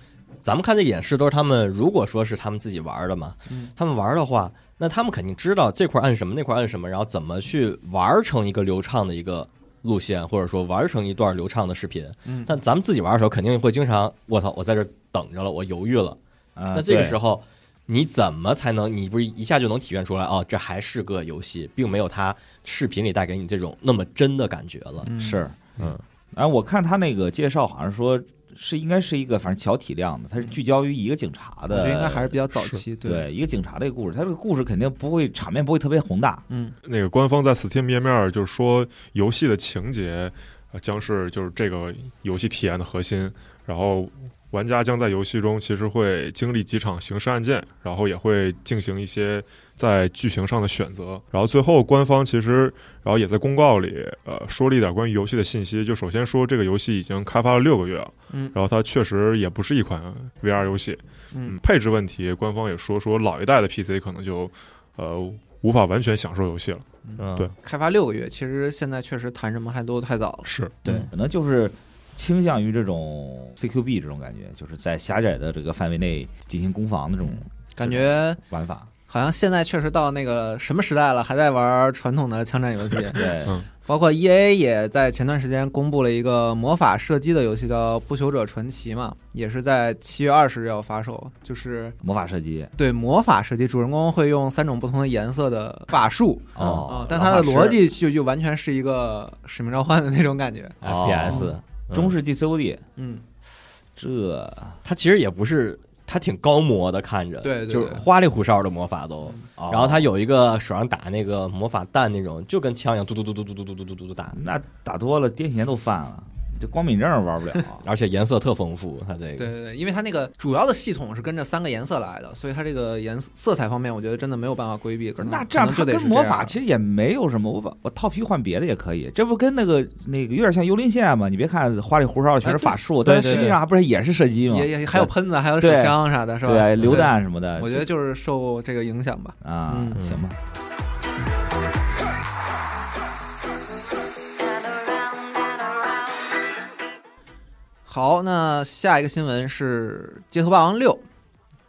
Speaker 5: 咱们看这演示都是他们，如果说是他们自己玩的嘛，
Speaker 3: 嗯
Speaker 5: 他们玩的话，那他们肯定知道这块按什么，那块按什么，然后怎么去玩成一个流畅的一个路线，或者说玩成一段流畅的视频。
Speaker 3: 嗯
Speaker 5: 但咱们自己玩的时候，肯定会经常，我操，我在这儿等着了，我犹豫了。
Speaker 6: 啊
Speaker 5: 那这个
Speaker 6: 对
Speaker 5: 时候。你怎么才能？你不是一下就能体验出来哦，这还是个游戏，并没有它视频里带给你这种那么真的感觉了。
Speaker 6: 是，
Speaker 5: 嗯，
Speaker 6: 然后我看他那个介绍，好像说是应该是一个反正小体量的，它是聚焦于一个警察
Speaker 3: 我觉
Speaker 6: 的，
Speaker 3: 得应该还是比较早
Speaker 6: 是
Speaker 3: 期，
Speaker 6: 对，一个警察的一个故事。它这个故事肯定不会场面不会特别宏大，
Speaker 3: 嗯，
Speaker 4: 那个官方在 Steam 页面就是说，游戏的情节、呃、将是就是这个游戏体验的核心，然后玩家将在游戏中其实会经历几场刑事案件，然后也会进行一些在剧情上的选择，然后最后官方其实然后也在公告里呃说了一点关于游戏的信息，就首先说这个游戏已经开发了六个月了，
Speaker 3: 嗯
Speaker 4: 然后它确实也不是一款 VR 游戏，
Speaker 3: 嗯，
Speaker 4: 配置问题，官方也说说老一代的 PC 可能就呃无法完全享受游戏了。
Speaker 5: 嗯，
Speaker 4: 对
Speaker 3: 开发六个月，其实现在确实谈什么还都太早了。
Speaker 4: 是，
Speaker 5: 对
Speaker 6: 可能就是倾向于这种 CQB 这种感觉，就是在狭窄的这个范围内进行攻防的这种
Speaker 3: 感觉
Speaker 6: 玩法。
Speaker 3: 好像现在确实到那个什么时代了，还在玩传统的枪战
Speaker 6: [laughs]
Speaker 3: 游戏。
Speaker 6: 对，
Speaker 3: 包括 E A 也在前段时间公布了一个魔法射击的游戏，叫《不朽者传奇》嘛，也是在七月二十日要发售。就是
Speaker 6: 魔法射击
Speaker 3: 对魔法射击，主人公会用三种不同的颜色的法术啊、
Speaker 6: 哦，
Speaker 3: 但它的
Speaker 6: 老法
Speaker 3: 逻
Speaker 6: 师
Speaker 3: 辑就就完全是一个使命召唤的那种感觉。
Speaker 6: 哦
Speaker 5: FPS
Speaker 6: 中
Speaker 5: 式，
Speaker 6: 世纪 COD
Speaker 3: 嗯，
Speaker 6: 这
Speaker 5: 它其实也不是，它挺高魔的，看着
Speaker 3: 对对
Speaker 5: 就是
Speaker 3: 对嗯
Speaker 5: 花里胡哨的魔法都。
Speaker 6: 哦
Speaker 5: 然后它有一个手上打那个魔法弹那种，就跟枪一样，嘟嘟嘟嘟嘟嘟嘟嘟嘟嘟嘟打，
Speaker 6: 那打多了癫痫都犯了，这光敏症玩不
Speaker 3: [laughs]
Speaker 6: 了。
Speaker 5: 而且颜色特丰富，它
Speaker 3: 对
Speaker 5: 这个嗯
Speaker 3: 对对，因为它那个主要的系统是跟着三个颜色来的，所以它这个颜色色彩方面，我觉得真的没有办法规避。可能
Speaker 6: 那这
Speaker 3: 嗯
Speaker 6: 样
Speaker 3: 可能就
Speaker 6: 它
Speaker 3: 得
Speaker 6: 跟
Speaker 3: 是
Speaker 6: 魔
Speaker 3: 这样
Speaker 6: 法其实也没有什么，我把我套皮换别的也可以，这不跟那个那个有点像幽灵线嘛？你别看花里胡哨全是
Speaker 3: 哎对
Speaker 6: 法术，
Speaker 3: 对
Speaker 6: 但是
Speaker 3: 对
Speaker 6: 实际
Speaker 3: 对
Speaker 6: 上还不是也是射击吗？
Speaker 3: 也也还有喷子，还有手
Speaker 6: 对
Speaker 3: 枪啥的，是吧？
Speaker 6: 对榴弹什么的
Speaker 3: 对，，我觉得就是受这个影响吧。
Speaker 6: 啊
Speaker 3: 嗯，
Speaker 6: 行吧。
Speaker 3: 好，那下一个新闻是《街头霸王六》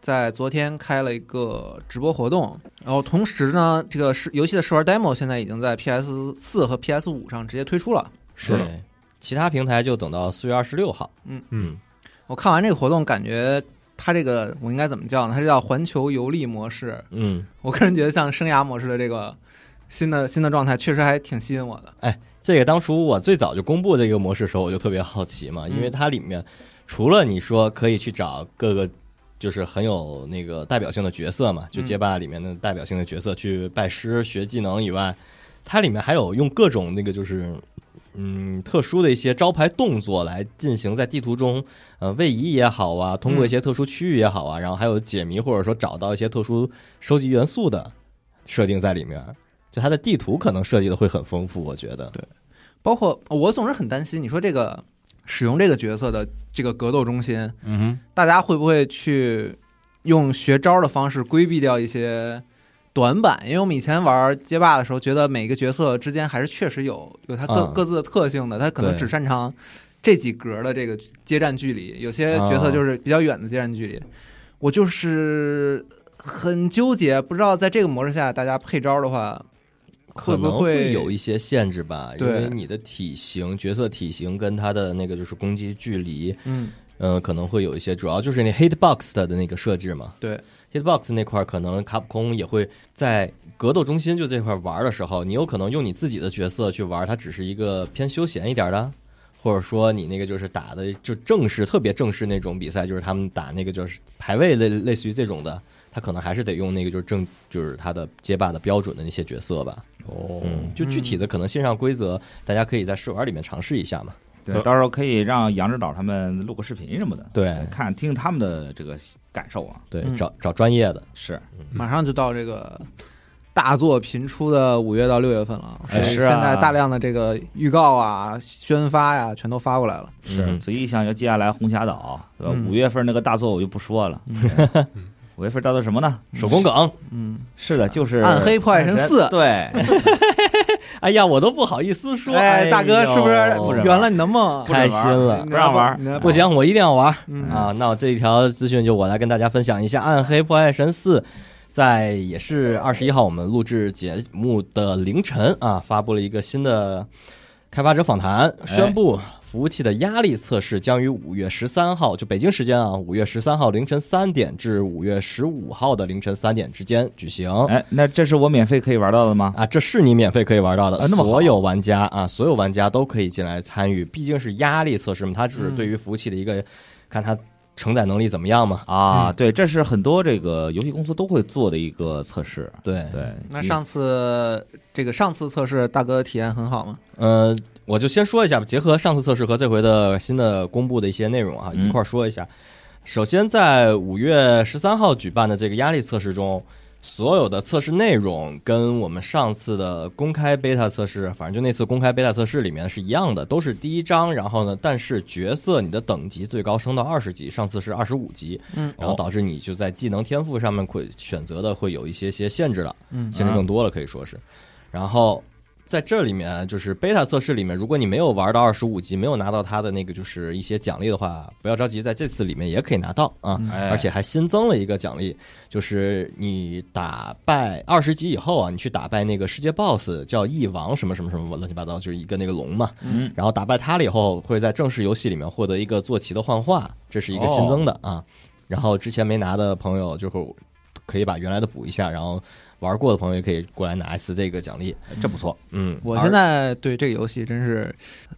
Speaker 3: 在昨天开了一个直播活动，然后同时呢，这个试游戏的试玩 demo 现在已经在 PS 四和 PS 五上直接推出了。
Speaker 4: 是的，
Speaker 5: 对其他平台就等到四月二十六号，
Speaker 4: 嗯，
Speaker 3: 我看完这个活动，感觉它这个我应该怎么叫呢？它叫环球游历模式。
Speaker 5: 嗯，
Speaker 3: 我个人觉得像生涯模式的这个新的新的状态，确实还挺吸引我的。
Speaker 5: 这个当初我最早就公布这个模式的时候，我就特别好奇嘛，因为它里面除了你说可以去找各个就是很有那个代表性的角色嘛，就街霸里面的代表性的角色去拜师学技能以外，它里面还有用各种那个就是。嗯，特殊的一些招牌动作来进行在地图中，呃，位移也好啊，通过一些特殊区域也好啊，然后还有解谜或者说找到一些特殊收集元素的设定在里面，就它的地图可能设计的会很丰富，我觉得。
Speaker 3: 包括呃我总是很担心，你说这个使用这个角色的这个格斗中心，
Speaker 5: 嗯
Speaker 3: 大家会不会去用学招的方式规避掉一些短板？因为我们以前玩街霸的时候，觉得每个角色之间还是确实有有它各、
Speaker 5: 嗯
Speaker 3: 各自的特性的，他可能
Speaker 5: 对
Speaker 3: 只擅长这几格的这个接战距离，有些角色就是比较远的接战距离。我就是很纠结，不知道在这个模式下，大家配招的话，
Speaker 5: 哼，可能
Speaker 3: 会不会
Speaker 5: 有一些限制吧，因
Speaker 3: 对
Speaker 5: 为你的体型、角色体型跟他的那个就是攻击距离，
Speaker 3: 嗯，
Speaker 5: 呃，可能会有一些，主要就是那 hit box 的那个设置嘛
Speaker 3: 对，
Speaker 5: ，hit box 那块儿可能卡普空也会在格斗中心就这块玩儿的时候，你有可能用你自己的角色去玩儿，它只是一个偏休闲一点儿的。或者说你那个就是打的就正式特别正式那种比赛，就是他们打那个就是排位类类似于这种的，他可能还是得用那个就是正就是他的街霸的标准的那些角色吧。
Speaker 6: 哦
Speaker 5: 嗯，就具体的可能线上规则，大家可以在试玩里面尝试一下嘛。
Speaker 6: 对，
Speaker 4: 呃
Speaker 6: 到时候可以让杨指导他们录个视频什么的，
Speaker 5: 对
Speaker 6: 看听听他们的这个感受啊。
Speaker 5: 对，
Speaker 3: 嗯
Speaker 5: 找找专业的，
Speaker 6: 是，
Speaker 3: 马上就到这个大作频出的五月到六月份了，所
Speaker 6: 哎
Speaker 3: 以
Speaker 6: 是
Speaker 3: 现
Speaker 6: 啊
Speaker 3: 在大量的这个预告啊、宣发呀、全都发过来了。
Speaker 5: 是
Speaker 6: 所以想要接下来红霞岛，对吧？
Speaker 3: 嗯
Speaker 6: 五月份那个大作我就不说了。 [laughs] 五月份大作什么呢？
Speaker 5: 嗯手工梗。
Speaker 3: 嗯，
Speaker 6: 是的，就是《
Speaker 3: 暗黑破坏神四
Speaker 6: [laughs] 对，
Speaker 5: [laughs] 哎呀，我都不好意思说。
Speaker 3: 哎，
Speaker 5: 呦
Speaker 3: 大哥是不是
Speaker 6: 不准玩
Speaker 3: 圆了你的梦？
Speaker 5: 开心了
Speaker 3: 你
Speaker 6: 不让玩
Speaker 3: 你
Speaker 6: 不
Speaker 5: 不行，我一定要玩、
Speaker 3: 嗯
Speaker 5: 啊！那我这一条资讯就我来跟大家分享一下，《暗黑破坏神四》在也是二十一号我们录制节目的凌晨啊，发布了一个新的开发者访谈，宣布服务器的压力测试将于五月十三号，就北京时间啊，五月十三号凌晨三点至五月十五号的凌晨三点之间举行。
Speaker 6: 哎，那这是我免费可以玩到的吗？
Speaker 5: 啊，这是你免费可以玩到的，
Speaker 6: 啊那么好
Speaker 5: 所有玩家啊，所有玩家都可以进来参与，毕竟是压力测试嘛，它只是对
Speaker 6: 嗯
Speaker 5: 于服务器的一个，看它承载能力怎么样嘛。
Speaker 6: 啊，
Speaker 4: 嗯
Speaker 6: 对，这是很多这个游戏公司都会做的一个测试。
Speaker 5: 对，
Speaker 6: 对，
Speaker 3: 那上次这个上次测试大哥体验很好吗？
Speaker 5: 呃，我就先说一下吧，结合上次测试和这回的新的公布的一些内容啊，
Speaker 6: 嗯
Speaker 5: 一块儿说一下。首先，在五月十三号举办的这个压力测试中，所有的测试内容跟我们上次的公开 beta 测试，反正就那次公开 beta 测试里面是一样的，都是第一章。然后呢，但是角色你的等级最高升到二十级，上次是二十五级，
Speaker 3: 嗯
Speaker 5: 然后导致你就在技能天赋上面会选择的会有一些些限制了，
Speaker 3: 嗯
Speaker 5: 限制更多了，可以说是。然后在这里面，就是贝塔测试里面，如果你没有玩到二十五级，没有拿到它的那个就是一些奖励的话，不要着急，在这次里面也可以拿到啊，
Speaker 6: 哎
Speaker 5: 而且还新增了一个奖励，就是你打败二十级以后啊，你去打败那个世界 BOSS 叫翼王什么什么什么乱七八糟，就是一个那个龙嘛，
Speaker 6: 嗯，
Speaker 5: 然后打败它了以后，会在正式游戏里面获得一个坐骑的幻化，这是一个新增的
Speaker 6: 哦
Speaker 5: 啊。然后之前没拿的朋友，就会可以把原来的补一下，然后玩过的朋友也可以过来拿一次这个奖励。
Speaker 6: 这不错。
Speaker 5: 嗯，
Speaker 3: 我
Speaker 5: 而
Speaker 3: 现在对这个游戏真是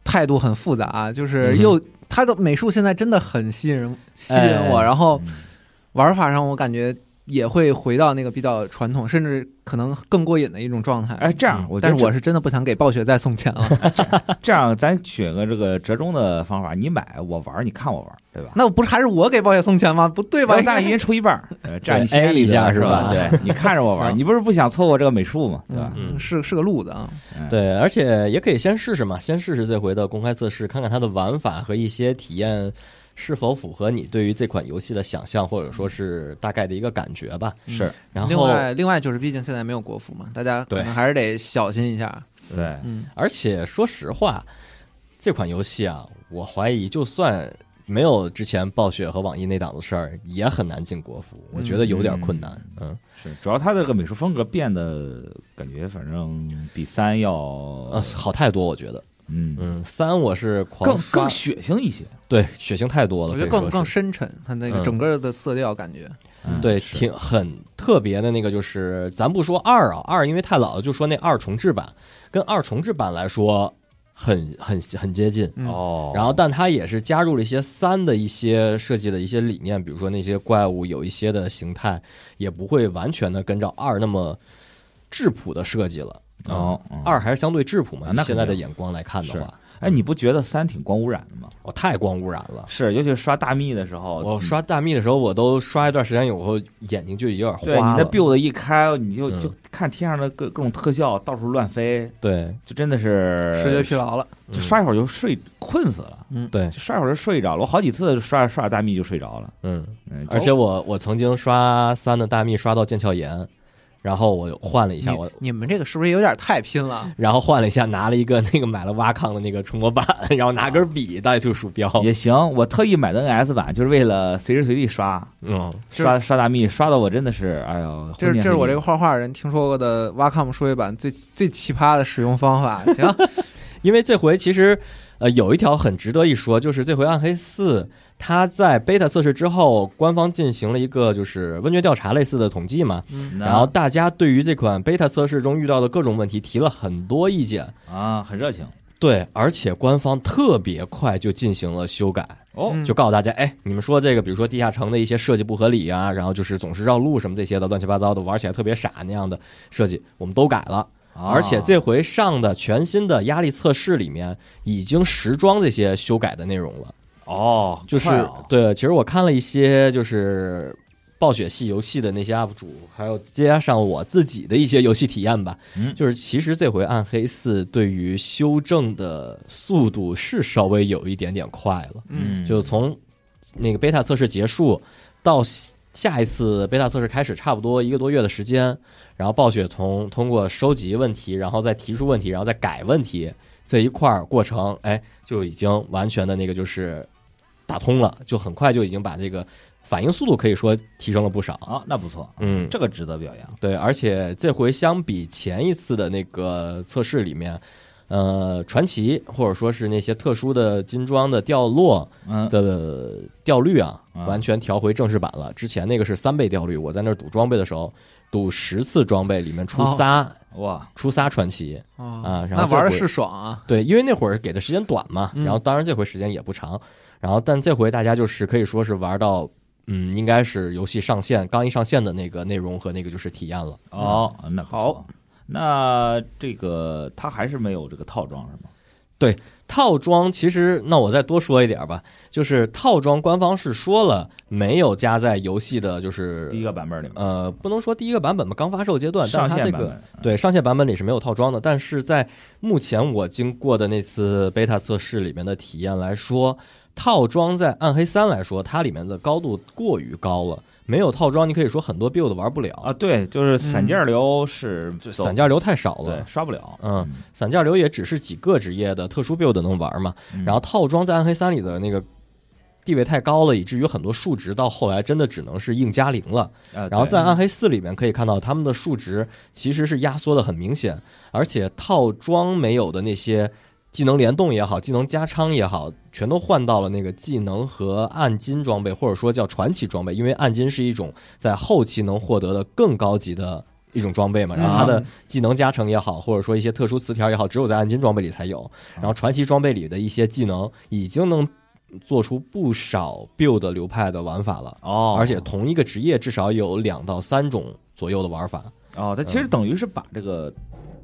Speaker 3: 态度很复杂，啊就是
Speaker 5: 嗯哼
Speaker 3: 又它的美术现在真的很吸引人，吸引我，
Speaker 5: 哎
Speaker 3: 然后玩法上我感觉也会回到那个比较传统，甚至可能更过瘾的一种状
Speaker 5: 嗯
Speaker 3: 态。
Speaker 6: 哎，这样，我觉
Speaker 3: 但
Speaker 6: 得
Speaker 3: 是我是真的不想给暴雪再送钱了， [laughs]
Speaker 6: 这这样，咱选个这个折中的方法，你买我玩，你看我玩，对吧？
Speaker 3: 那我不是还是我给暴雪送钱吗？不对吧
Speaker 6: 咱？大家一人抽一 [laughs] 半儿，呃这样你
Speaker 5: 对
Speaker 6: 心安
Speaker 5: A
Speaker 6: 理
Speaker 5: 一
Speaker 6: 得
Speaker 5: 下
Speaker 6: 是
Speaker 5: 是
Speaker 6: 对你看着我玩，
Speaker 3: 行
Speaker 6: 你不是不想错过这个美术吗？对吧？
Speaker 5: 嗯
Speaker 3: 是是个路子啊，
Speaker 5: 对，而且也可以先试试嘛，先试试这回的公开测试，看看它的玩法和一些体验是否符合你对于这款游戏的想象，或者说是大概的一个感觉吧。
Speaker 6: 是，
Speaker 5: 然
Speaker 3: 另
Speaker 5: 后，
Speaker 3: 外，另外就是，毕竟现在没有国服嘛，大家可
Speaker 5: 对
Speaker 3: 能还是得小心一下。
Speaker 6: 对，
Speaker 3: 嗯，
Speaker 5: 而且说实话，这款游戏啊，我怀疑就算没有之前暴雪和网易那档子事儿，也很难进国服，我觉得有点困难。嗯，
Speaker 6: 是，主要它这个美术风格变得感觉，反正比三
Speaker 5: 呃，
Speaker 6: 要，
Speaker 5: 好太多，我觉得。
Speaker 6: 啊嗯，
Speaker 5: 嗯，三我是狂
Speaker 6: 更
Speaker 5: 刷
Speaker 6: 更血腥一些。
Speaker 5: 对血腥太多了，
Speaker 3: 我觉得
Speaker 5: 可以
Speaker 3: 更
Speaker 5: 说
Speaker 3: 更
Speaker 5: 是
Speaker 3: 深沉，它那
Speaker 5: 嗯
Speaker 3: 个整个的色调感觉。
Speaker 6: 嗯
Speaker 5: 对，
Speaker 6: 是
Speaker 5: 挺很特别的那个，就是咱不说二啊，二因为太老了，就说那二重置版，跟二重置版来说很很很接近。
Speaker 3: 嗯
Speaker 6: 哦，
Speaker 5: 然后，但它也是加入了一些三的一些设计的一些理念，比如说那些怪物有一些的形态，也不会完全的跟着二那么质朴的设计了。
Speaker 6: 哦，嗯
Speaker 5: 二还是相对质朴
Speaker 6: 啊
Speaker 5: 嘛，
Speaker 6: 那
Speaker 5: 以现在的
Speaker 6: 肯定
Speaker 5: 眼光来看的
Speaker 6: 是
Speaker 5: 话，
Speaker 6: 哎，你不觉得三挺光污染的吗？
Speaker 5: 我太光污染了。
Speaker 6: 是，尤其是刷大蜜的时候，
Speaker 5: 我
Speaker 6: 嗯
Speaker 5: 刷大秘的时候，我都刷一段时间以后，眼睛就有点
Speaker 6: 对
Speaker 5: 花
Speaker 6: 你
Speaker 5: 了
Speaker 6: 的。build 一开，你就
Speaker 5: 嗯
Speaker 6: 就看天上的各各种特效到处乱飞，
Speaker 5: 对，
Speaker 6: 就真的是
Speaker 5: 哎
Speaker 3: 视觉疲，劳了，
Speaker 6: 就刷一会儿就睡困死了，
Speaker 5: 对
Speaker 6: 就，刷一会儿就睡着了。我好几次刷刷大蜜就睡着了，
Speaker 5: 嗯。
Speaker 6: 嗯，
Speaker 5: 而且我我曾经刷三的大秘刷到剑鞘炎，然后我换了一
Speaker 3: 你
Speaker 5: 下我，
Speaker 3: 你们这个是不是有点太拼
Speaker 5: [laughs]
Speaker 3: 了？
Speaker 5: 然后换了一下拿了一个那个买了挖抗的那个触摸板，然后拿根笔代替鼠标，
Speaker 6: 也行，我特意买的 NS 版就是为了随时随地刷
Speaker 5: 嗯，
Speaker 3: 这
Speaker 6: 刷刷大蜜，刷的我真的是，哎呦，
Speaker 3: 这
Speaker 6: 昏
Speaker 3: 是
Speaker 6: 天
Speaker 3: 这是我
Speaker 6: 黑
Speaker 3: 这
Speaker 6: 地
Speaker 3: 个画画人听说过的 Wacom 数位版最最奇葩的使用方
Speaker 5: [laughs]
Speaker 3: 法。行，
Speaker 5: 哦因为这回其实呃有一条很值得一说，就是这回暗黑四它在 beta 测试之后，官方进行了一个就是问卷调查类似的统计嘛，
Speaker 6: 那
Speaker 5: 然后大家对于这款 beta 测试中遇到的各种问题提了很多意见，
Speaker 6: 啊，很热情
Speaker 5: 对，而且官方特别快就进行了修改。
Speaker 6: 哦
Speaker 3: 嗯
Speaker 5: 就告诉大家，哎，你们说这个，比如说地下城的一些设计不合理啊，然后就是总是绕路什么这些的，乱七八糟的，玩起来特别傻那样的设计，我们都改了。
Speaker 6: 啊
Speaker 5: 而且这回上的全新的压力测试里面，已经时装这些修改的内容了。
Speaker 6: 哦，
Speaker 5: 就是、
Speaker 6: 快哦
Speaker 5: 对，其实我看了一些就是暴雪系游戏的那些 UP 主，还有加上我自己的一些游戏体验吧，
Speaker 6: 嗯
Speaker 5: 就是其实这回暗黑四对于修正的速度是稍微有一点点快了。
Speaker 3: 嗯，
Speaker 5: 就从那个贝塔测试结束到下下一次贝塔测试开始，差不多一个多月的时间。然后暴雪从通过收集问题，然后再提出问题，然后再改问题这一块儿过程，哎，就已经完全的那个就是打通了，就很快就已经把这个反应速度可以说提升了不少。
Speaker 6: 啊，那不错，
Speaker 5: 嗯，
Speaker 6: 这个值得表扬。
Speaker 5: 对，而且这回相比前一次的那个测试里面，呃传奇，或者说是那些特殊的金装的掉落
Speaker 6: 嗯，
Speaker 5: 的掉率啊，
Speaker 6: 嗯
Speaker 5: 完全调回正式版了。之前那个是三倍掉率，我在那儿赌装备的时候，赌十次装备里面出
Speaker 3: 哦
Speaker 5: 仨、
Speaker 6: 哇，
Speaker 5: 出仨传奇，
Speaker 3: 啊
Speaker 5: 嗯然后
Speaker 3: 那玩的
Speaker 5: 这回
Speaker 3: 是爽啊，
Speaker 5: 对，因为那会儿给的时间短嘛，
Speaker 3: 嗯
Speaker 5: 然后当然这回时间也不长，然后但这回大家就是可以说是玩到，嗯，应该是游戏上线刚一上线的那个内容和那个就是体验了。
Speaker 6: 哦，
Speaker 5: 嗯
Speaker 6: 那不错
Speaker 3: 好，
Speaker 6: 那这个他还是没有这个套装是吗？
Speaker 5: 套装其实，那我再多说一点吧，就是套装官方是说了没有加在游戏的，就是
Speaker 6: 第一个版本里面，
Speaker 5: 呃，不能说第一个版本吧，刚发售阶段，但
Speaker 6: 上
Speaker 5: 是它
Speaker 6: 线
Speaker 5: 这
Speaker 6: 版
Speaker 5: 个
Speaker 6: 本，嗯
Speaker 5: 对上线版本里是没有套装的，但是在目前我经过的那次 beta 测试里面的体验来说，套装在《暗黑三》来说，它里面的高度过于高了，没有套装，你可以说很多 build 玩不了
Speaker 6: 啊，，对，就是散件流是
Speaker 5: 嗯就
Speaker 6: 走
Speaker 5: 散件流太少
Speaker 6: 对
Speaker 5: 了。
Speaker 6: 刷不了，
Speaker 5: 嗯，散件流也只是几个职业的特殊 build 能玩嘛，
Speaker 6: 嗯
Speaker 5: 然后套装在《暗黑三》里的那个地位太高了，以至于很多数值到后来真的只能是硬加零了。
Speaker 6: 呃
Speaker 5: 然后
Speaker 6: 对
Speaker 5: 在暗黑四里面可以看到，他们的数值其实是压缩的很明显，而且套装没有的那些技能联动也好，技能加仓也好，全都换到了那个技能和暗金装备，或者说叫传奇装备，因为暗金是一种在后期能获得的更高级的。一种装备嘛，然后它的技能加成也好，或者说一些特殊词条也好，只有在暗金装备里才有。然后传奇装备里的一些技能已经能做出不少 build 流派的玩法了。
Speaker 6: 哦，
Speaker 5: 而且同一个职业至少有两到三种左右的玩法。
Speaker 6: 哦，它其
Speaker 5: 嗯
Speaker 6: 实等于是把这个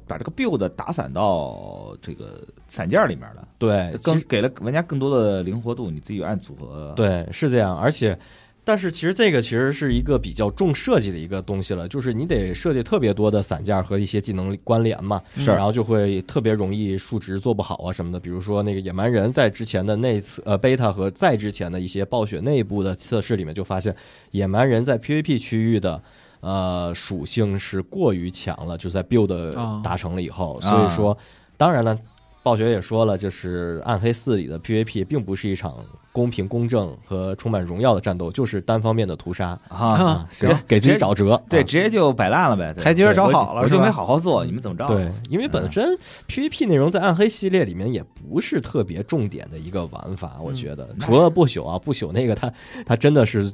Speaker 6: 把这个 build 打散到这个散件里面了，
Speaker 5: 对，
Speaker 6: 更
Speaker 5: 其实
Speaker 6: 给了玩家更多的灵活度，你自己按组合。，
Speaker 5: 对是这样，而且。但是其实这个其实是一个比较重设计的一个东西了，就是你得设计特别多的散件和一些技能关联嘛，
Speaker 6: 是
Speaker 5: 然后就会特别容易数值做不好啊什么的。比如说那个野蛮人在之前的那次呃 beta 和在之前的一些暴雪内部的测试里面就发现，野蛮人在 PVP 区域的呃属性是过于强了，就在 build
Speaker 3: 哦
Speaker 5: 达成了以后，
Speaker 6: 啊
Speaker 5: 所以说，当然了，暴雪也说了，就是《暗黑四》里的 PVP 并不是一场公平、公正和充满荣耀的战斗，就是单方面的屠杀，
Speaker 6: 啊，行，
Speaker 5: 给自己找辙。
Speaker 6: 对，
Speaker 5: 啊
Speaker 6: 直接就摆烂了呗，对
Speaker 3: 台阶儿找
Speaker 6: 我
Speaker 3: 好了
Speaker 6: 我
Speaker 3: 是
Speaker 6: 就
Speaker 3: 吧
Speaker 6: 没好好做，你们怎么着？
Speaker 5: 对，因为本身
Speaker 6: 嗯
Speaker 5: PVP 内容在《暗黑》系列里面也不是特别重点的一个玩法，
Speaker 6: 嗯
Speaker 5: 我觉得除了不朽啊，不朽那个他他真的是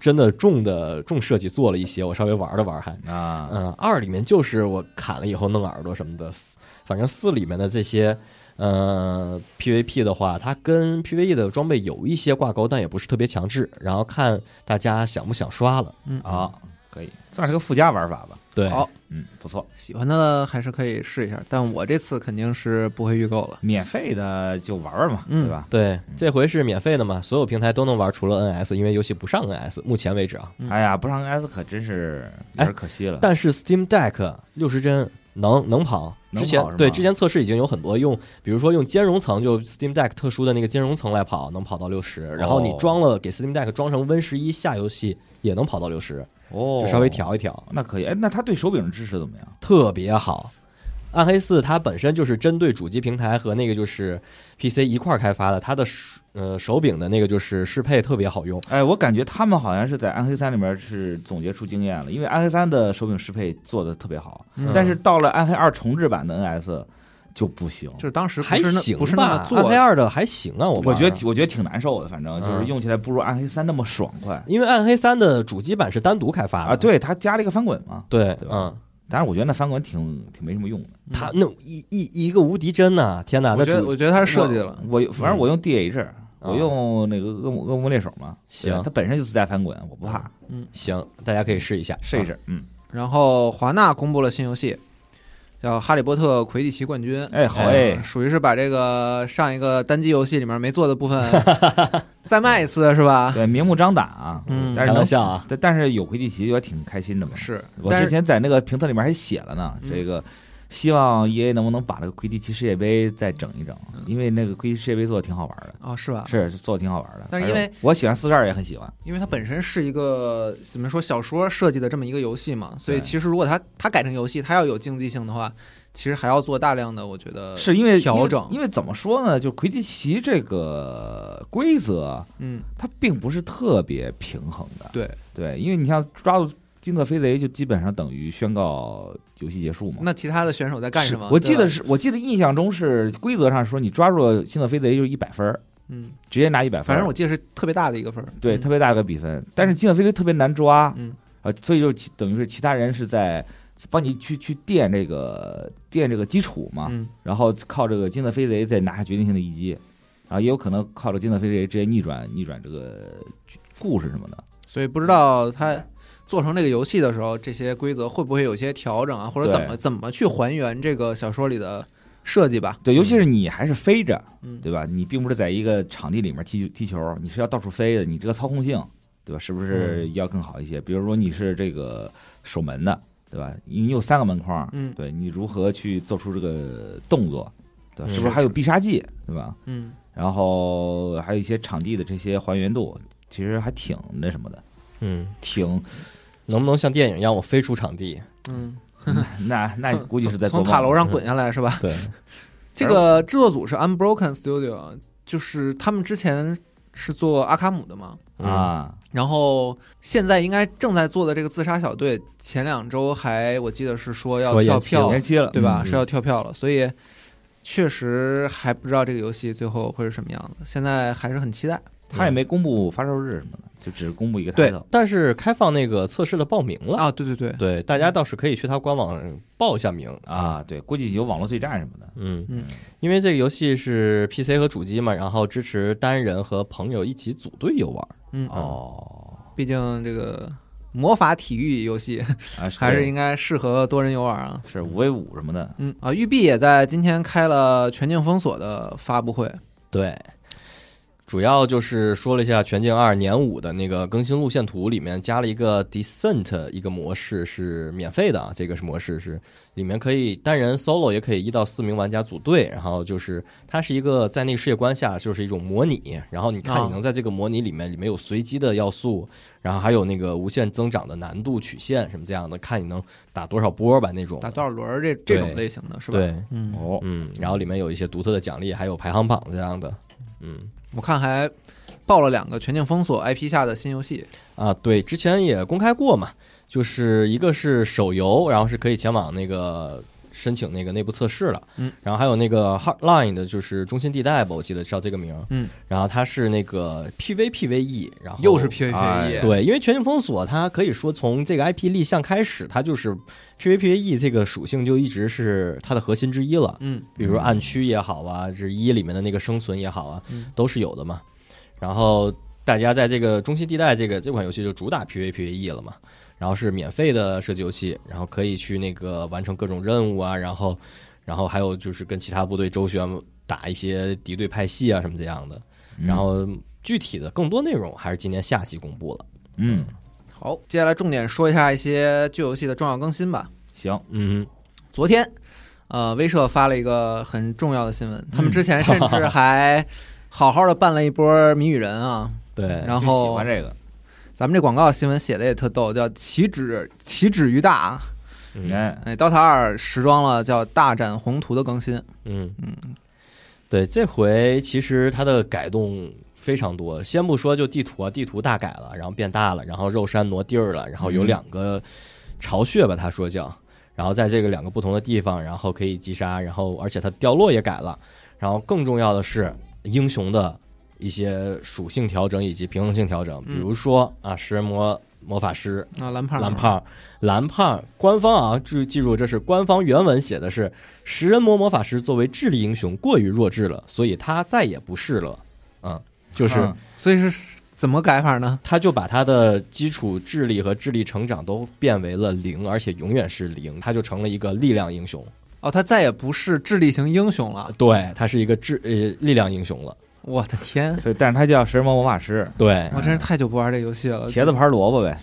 Speaker 5: 真的重的重设计做了一些，我稍微玩了玩还。
Speaker 6: 啊，
Speaker 5: 嗯，二里面就是我砍了以后弄耳朵什么的，四反正四里面的这些，呃，PVP 的话，它跟 PVE 的装备有一些挂钩，但也不是特别强制，然后看大家想不想刷了。
Speaker 3: 嗯
Speaker 6: 啊，可以，算是个附加玩法吧。
Speaker 5: 对，
Speaker 3: 好
Speaker 6: 嗯，不错，
Speaker 3: 喜欢的还是可以试一下，但我这次肯定是不会预购了。
Speaker 6: 免费的就玩玩嘛，
Speaker 3: 嗯
Speaker 6: 对吧？
Speaker 5: 对，这回是免费的嘛，所有平台都能玩，除了 NS，因为游戏不上 NS，目前为止啊。
Speaker 3: 嗯
Speaker 6: 哎呀，不上 S 可真是有点可惜了。
Speaker 5: 但是 Steam Deck 六十帧能能跑，
Speaker 6: 能
Speaker 5: 之前
Speaker 6: 跑是
Speaker 5: 对
Speaker 6: 吗
Speaker 5: 之前测试已经有很多用，比如说用兼容层，就 Steam Deck 特殊的那个兼容层来跑，能跑到六十。然
Speaker 3: 哦
Speaker 5: 后你装了给 Steam Deck 装成 Win 十一下游戏也能跑到六十，
Speaker 6: 哦，
Speaker 5: 就稍微调一调，
Speaker 6: 那可以。哎，那它对手柄支持怎么样？
Speaker 5: 特别好。暗黑四它本身就是针对主机平台和那个就是 PC 一块儿开发的，它的手呃手柄的那个就是适配特别好用。
Speaker 6: 哎，我感觉他们好像是在《暗黑三》里面是总结出经验了，因为《暗黑三》的手柄适配做的特别好，
Speaker 3: 嗯
Speaker 6: 但是到了《暗黑二》重置版的 NS 就不行。
Speaker 3: 就是当时不
Speaker 5: 还
Speaker 3: 是
Speaker 5: 行
Speaker 3: 那不是那么
Speaker 5: 吧，
Speaker 3: 做
Speaker 5: 暗黑
Speaker 3: 的，
Speaker 5: 二的还行啊，我
Speaker 6: 我
Speaker 5: 我
Speaker 6: 觉得我觉得挺难受的，反正就是
Speaker 5: 嗯
Speaker 6: 用起来不如《暗黑三》那么爽快
Speaker 5: 因为暗黑三的主机版是单独开发的
Speaker 6: 啊。对，它加了一个翻滚嘛，
Speaker 5: 对
Speaker 6: 对，吧
Speaker 5: 嗯，
Speaker 6: 但是我觉得那翻滚挺挺没什么用的。
Speaker 5: 他那一一一个无敌帧呐，天
Speaker 3: 嗯
Speaker 5: 哪，
Speaker 3: 我
Speaker 5: 那
Speaker 3: 觉得
Speaker 5: 主嗯
Speaker 3: 我觉得他是设计了，
Speaker 6: 我反正我用 DH，我
Speaker 5: 啊
Speaker 6: 用那个恶魔恶魔猎手嘛，
Speaker 5: 行
Speaker 6: 对它本身就自带翻滚，我不怕，
Speaker 5: 行，大家可以试一下，
Speaker 6: 试一
Speaker 5: 啊。
Speaker 6: 试。嗯，
Speaker 3: 然后华纳公布了新游戏，叫《哈利波特魁地奇冠军》。
Speaker 6: 哎，好
Speaker 5: 哎
Speaker 6: 哎，
Speaker 3: 属于是把这个上一个单机游戏里面没做的部
Speaker 5: [laughs]
Speaker 3: 分再卖一次是吧？
Speaker 6: 对，明目张胆啊，
Speaker 3: 嗯
Speaker 6: 但
Speaker 5: 开
Speaker 6: 是能
Speaker 5: 玩笑啊，
Speaker 6: 但但是有魁地奇也挺开心的嘛。
Speaker 3: 是，
Speaker 6: 我
Speaker 3: 但
Speaker 6: 之
Speaker 3: 是
Speaker 6: 前在那个评测里面还写了呢，
Speaker 3: 嗯
Speaker 6: 这个希望 E A 能不能把这个魁地奇世界杯再整一整，
Speaker 3: 嗯
Speaker 6: 因为那个魁地奇世界杯做的挺好玩的，
Speaker 3: 哦是吧？
Speaker 6: 是是做的挺好玩的。
Speaker 3: 但是因为
Speaker 6: 还有我喜欢四十二也很喜欢，
Speaker 3: 因为它本身是一个怎么说小说设计的这么一个游戏嘛，所以
Speaker 6: 对
Speaker 3: 其实如果它它改成游戏，它要有竞技性的话，其实还要做大量的我觉得
Speaker 6: 是因为
Speaker 3: 呃调整
Speaker 6: 因为，因为怎么说呢，就魁地奇这个规则
Speaker 3: 嗯
Speaker 6: 它并不是特别平衡的，
Speaker 3: 对
Speaker 6: 对，因为你像抓住。金特飞雷就基本上等于宣告游戏结束嘛。
Speaker 3: 那其他的选手在干
Speaker 6: 是
Speaker 3: 什么？
Speaker 6: 我记
Speaker 3: 对
Speaker 6: 得
Speaker 3: 吧，
Speaker 6: 是，我记得印象中是规则上说，你抓住了新的飞贼就是一百分儿，
Speaker 3: 嗯，
Speaker 6: 直接拿一百分儿。
Speaker 3: 反正我记得是特别大的一个分儿。
Speaker 6: 对
Speaker 3: 嗯
Speaker 6: 特别大一个比分，但是新的飞贼特别难抓，
Speaker 3: 嗯
Speaker 6: 啊，所以就其等于是其他人是在帮你去去垫这个垫这个基础嘛，
Speaker 3: 嗯，
Speaker 6: 然后靠这个金色飞贼再拿下决定性的一击，啊，也有可能靠着金色飞贼直接逆转逆转这个故事什么的。
Speaker 3: 所以不知道他做成这个游戏的时候，这些规则会不会有一些调整啊，或者
Speaker 6: 对
Speaker 3: 怎么怎么去还原这个小说里的设计吧？
Speaker 6: 对，尤其是你还是飞着，
Speaker 3: 嗯，
Speaker 6: 对吧？你并不是在一个场地里面踢踢球，你是要到处飞的，你这个操控性，对吧？是不
Speaker 3: 嗯
Speaker 6: 是要更好一些？比如说你是这个守门的，对吧？你有三个门框，
Speaker 3: 嗯
Speaker 6: 对你如何去做出这个动作，对吧？
Speaker 5: 嗯
Speaker 6: 是不是还有必杀技，对吧？
Speaker 3: 嗯，
Speaker 6: 然后还有一些场地的这些还原度，其实还挺那什么的，
Speaker 5: 嗯，
Speaker 6: 挺
Speaker 5: 能不能像电影让我飞出场地？
Speaker 3: 嗯，
Speaker 6: 那那
Speaker 3: 从
Speaker 6: 哎估计是在做
Speaker 3: 从
Speaker 6: 梦。嗯
Speaker 3: 塔楼上滚下来是吧？
Speaker 5: 对，
Speaker 3: 这个制作组是 Unbroken Studio，就是他们之前是做阿卡姆的嘛，
Speaker 5: 嗯
Speaker 6: 啊，
Speaker 3: 然后现在应该正在做的这个自杀小队，前两周还我记得是说要
Speaker 5: 说
Speaker 3: 跳
Speaker 5: 延期
Speaker 3: 票
Speaker 6: 延，期了，
Speaker 3: 对吧？
Speaker 5: 嗯
Speaker 3: 是要跳票了，所以确实还不知道这个游戏最后会是什么样子，现在还是很期待。
Speaker 6: 他也没公布发售日什么的，就只公布一个
Speaker 3: 对
Speaker 6: title
Speaker 5: 但是开放那个测试的报名了，
Speaker 3: 啊，对对对，
Speaker 5: 对，大家倒是可以去他官网报一下名。
Speaker 6: 啊，对，估计有网络对战什么的。
Speaker 5: 嗯
Speaker 3: 嗯，
Speaker 5: 因为这个游戏是 PC 和主机嘛，然后支持单人和朋友一起组队游玩。
Speaker 3: 嗯，
Speaker 6: 哦，
Speaker 3: 毕竟这个魔法体育游戏
Speaker 6: 啊，
Speaker 3: [laughs] 还是
Speaker 6: 对
Speaker 3: 应该适合多人游玩啊。
Speaker 6: 是五 v 五什么的，
Speaker 3: 嗯啊，育碧也在今天开了《全境封锁》的发布会，
Speaker 5: 对，主要就是说了一下《全境二》年五的那个更新路线图里面加了一个 Descent 一个模式是免费的啊，这个是模式是里面可以单人 solo 也可以一到四名玩家组队，然后就是它是一个在那个世界观下就是一种模拟，然后你看
Speaker 3: 哦
Speaker 5: 你能在这个模拟里面里面有随机的要素，然后还有那个无限增长的难度曲线什么这样的，看你能打多少波吧那种
Speaker 3: 打多少轮儿这这种
Speaker 5: 对
Speaker 3: 类型的是吧？
Speaker 5: 对，
Speaker 3: 嗯，
Speaker 6: 哦，
Speaker 5: 嗯，然后里面有一些独特的奖励，还有排行榜这样的，嗯。
Speaker 3: 我看还报了两个《全境封锁》IP 下的新游戏，
Speaker 5: 啊，对，之前也公开过嘛，就是一个是手游，然后是可以前往那个申请那个内部测试了，
Speaker 3: 嗯，
Speaker 5: 然后还有那个 Hotline 的，就是中心地带吧，我记得叫这个名儿，
Speaker 3: 嗯，
Speaker 5: 然后它是那个 PVPVE，然 E，后
Speaker 3: 又是 PVPE，
Speaker 6: 哎
Speaker 5: 对，因为全境封锁，它可以说从这个 IP 立项开始，它就是 PVPVE E 这个属性就一直是它的核心之一了，
Speaker 3: 嗯
Speaker 5: 比如暗区也好啊，这一里面的那个生存也好啊
Speaker 3: 嗯，
Speaker 5: 都是有的嘛。然后大家在这个中心地带这个这款游戏就主打 PVPVE E 了嘛，然后是免费的射击游戏，然后可以去那个完成各种任务啊，然后然后还有就是跟其他部队周旋打一些敌对派系啊什么这样的。然后具体的更多内容还是今年夏季公布了。
Speaker 6: 嗯，
Speaker 3: 好，接下来重点说一下一些旧游戏的重要更新吧。
Speaker 6: 行，
Speaker 5: 嗯
Speaker 3: 昨天，呃，威社发了一个很重要的新闻，
Speaker 6: 嗯
Speaker 3: 他们之前甚
Speaker 6: [laughs]
Speaker 3: 至还好好的办了一波谜语人啊。
Speaker 5: 哼，对，
Speaker 3: 然
Speaker 6: 就喜
Speaker 3: 后
Speaker 6: 欢这个，
Speaker 3: 咱们这广告新闻写的也特逗，叫“岂止岂止于大啊
Speaker 5: 嗯
Speaker 6: 你看”。
Speaker 3: 哎，DOTA 二时装了叫“大展宏图”的更新，
Speaker 5: 嗯嗯，对，这回其实它的改动非常多。先不说就地图啊，地图大改了，然后变大了，然后肉山挪地儿了，然后有
Speaker 6: 嗯
Speaker 5: 两个巢穴吧，他说叫，然后在这个两个不同的地方，然后可以击杀，然后而且它掉落也改了，然后更重要的是英雄的一些属性调整以及平衡性调整，比如说啊，食人魔魔法师
Speaker 3: 啊，蓝胖
Speaker 5: 蓝，胖，蓝胖，官方啊，注记住，这是官方原文写的是食人魔魔法师作为智力英雄过于弱智了，所以他再也不是了。嗯，就是
Speaker 6: 嗯
Speaker 3: 所以是怎么改法呢？
Speaker 5: 他就把他的基础智力和智力成长都变为了零，而且永远是零，他就成了一个力量英雄。
Speaker 3: 哦，他再也不是智力型英雄了，
Speaker 5: 对，他是一个智呃力量英雄了。
Speaker 3: 我的天！
Speaker 6: 所以但是他叫食人魔魔法师，
Speaker 5: 对
Speaker 3: 我真是太久不玩这游戏了，
Speaker 6: 哎茄子盘萝卜呗，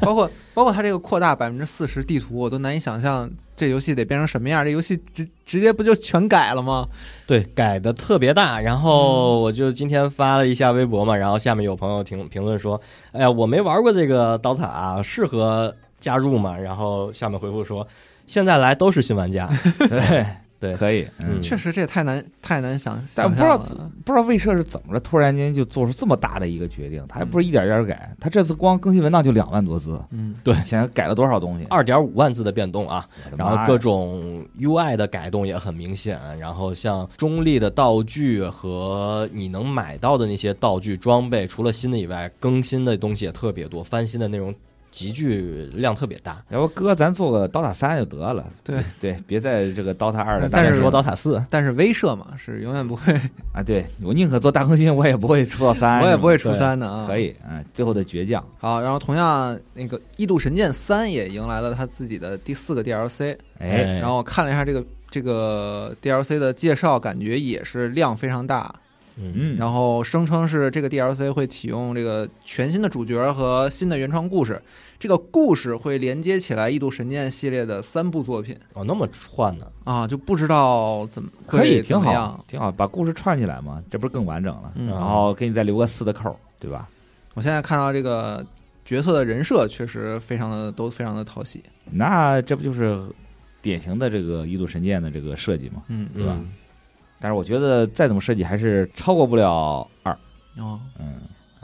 Speaker 3: 包括包括它这个扩大百分之四十地图，我都难以想象这游戏得变成什么样。这游戏直直接不就全改了吗？
Speaker 5: 对，改的特别大。然
Speaker 6: 嗯
Speaker 5: 后我就今天发了一下微博嘛，然后下面有朋友评评论说：“哎呀，我没玩过这个刀塔、啊适
Speaker 6: [laughs]
Speaker 5: 合加入吗？”然后下面回复说：“现在来都是新玩家。
Speaker 6: [laughs] 对，”
Speaker 5: 对对，
Speaker 6: 可以，嗯
Speaker 5: 嗯，
Speaker 3: 确实这也太难太难想
Speaker 6: 但
Speaker 3: 想
Speaker 6: 不知
Speaker 3: 象
Speaker 6: 道嗯
Speaker 3: 了。
Speaker 6: 不知道魏社是怎么着，突然间就做出这么大的一个决定，他还不是一点儿一点儿改，他这次光更新文档就两万多字，
Speaker 3: 嗯，
Speaker 5: 对
Speaker 6: 前改了多少东西？
Speaker 5: 二点五万字的变动啊，
Speaker 6: 我的
Speaker 5: 然
Speaker 6: 妈呀
Speaker 5: 后各种 UI 的改动也很明显，然后像中立的道具和你能买到的那些道具装备，除了新的以外，更新的东西也特别多，翻新的内容急剧量特别大。
Speaker 6: 要不哥，咱做个 DOTA 三就得了。
Speaker 3: 对
Speaker 6: 对，别在这个 DOTA 二了。
Speaker 3: 但是
Speaker 5: 说
Speaker 6: 到
Speaker 5: 刀塔四，
Speaker 3: 但是威慑嘛，是永远不
Speaker 6: [laughs]
Speaker 3: 会，
Speaker 6: 啊，对我宁可做大更新，我也不会出到三，
Speaker 3: 我也不会
Speaker 6: 是
Speaker 3: 出
Speaker 6: 吧
Speaker 3: 三的啊。
Speaker 6: 哎对可。以，嗯，最后的倔强，
Speaker 3: 好，然后同样那个《异度神剑三》也迎来了它自己的第四个 DLC，
Speaker 6: 哎，
Speaker 3: 然后我看了一下这个这个 DLC 的介绍，感觉也是量非常大，
Speaker 5: 嗯，
Speaker 6: 嗯，
Speaker 3: 然后声称是这个 DLC 会启用这个全新的主角和新的原创故事，这个故事会连接起来《异度神剑》系列的三部作品
Speaker 5: 哦，那么串呢？
Speaker 3: 啊，就不知道怎么会
Speaker 6: 可以，
Speaker 3: 怎
Speaker 6: 挺
Speaker 3: 么
Speaker 6: 好
Speaker 3: 样，。
Speaker 6: 挺好，把故事串起来嘛，这不是更完整了？
Speaker 3: 嗯
Speaker 6: 然后给你再留个四的扣儿，对吧？
Speaker 3: 我现在看到这个角色的人设确实非常的都非常的讨喜，
Speaker 6: 那这不就是典型的这个异度神剑的这个设计吗？
Speaker 3: 嗯
Speaker 6: 对吧
Speaker 5: 嗯？
Speaker 6: 但是我觉得再怎么设计，还是超过不了二。
Speaker 3: 哦，
Speaker 6: 嗯，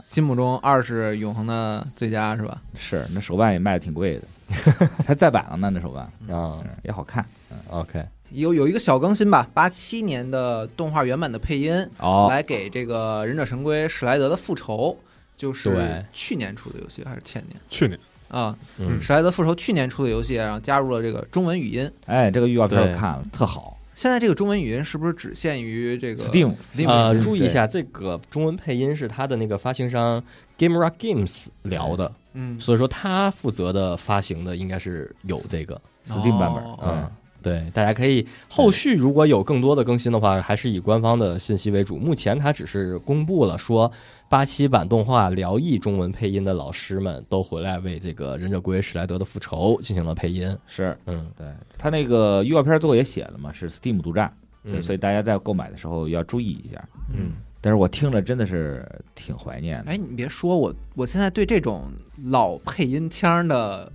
Speaker 3: 心目中二是永恒的最佳是吧？
Speaker 6: 是，那手办也卖的
Speaker 3: [laughs]
Speaker 6: 挺贵的，才再版了呢，那手办，
Speaker 5: 啊
Speaker 6: 嗯，也好看。
Speaker 5: ，OK，
Speaker 3: 有有一个小更新吧，八七年的动画原版的配音
Speaker 6: 哦，
Speaker 3: 来给这个《忍者神龟》史莱德的复仇，就是
Speaker 5: 对
Speaker 3: 去年出的游戏还是前年
Speaker 4: 去年
Speaker 3: 啊？
Speaker 5: 嗯
Speaker 3: 史莱德复仇去年出的游戏，然后加入了这个中文语音。
Speaker 6: 哎，这个预告片我
Speaker 5: 对
Speaker 6: 看了，特好。
Speaker 3: 现在这个中文语音是不是只限于这个
Speaker 6: Steam
Speaker 3: Steam
Speaker 5: 呃，
Speaker 3: 上
Speaker 5: 注意一下，这个中文配音是他的那个发行商 Game Rock Games 聊的，
Speaker 3: 嗯，
Speaker 5: 所以说他负责的发行的应该是有这个，
Speaker 6: Steam 版
Speaker 3: 哦
Speaker 6: 本，
Speaker 5: 嗯
Speaker 6: 嗯，，
Speaker 5: 对，大家可以后续如果有更多的更新的话，还是以官方的信息为主。目前它只是公布了说，八七版动画辽译中文配音的老师们都回来为这个《忍者龟史莱德的复仇》进行了配音。
Speaker 6: 是
Speaker 5: 嗯，
Speaker 6: 对他那个预告片最后也写了嘛，是 Steam 独占，对，
Speaker 5: 嗯
Speaker 6: 所以大家在购买的时候要注意一下。
Speaker 5: 嗯，
Speaker 6: 但是我听着真的是挺怀念的，
Speaker 3: 哎，你别说我，我现在对这种老配音腔的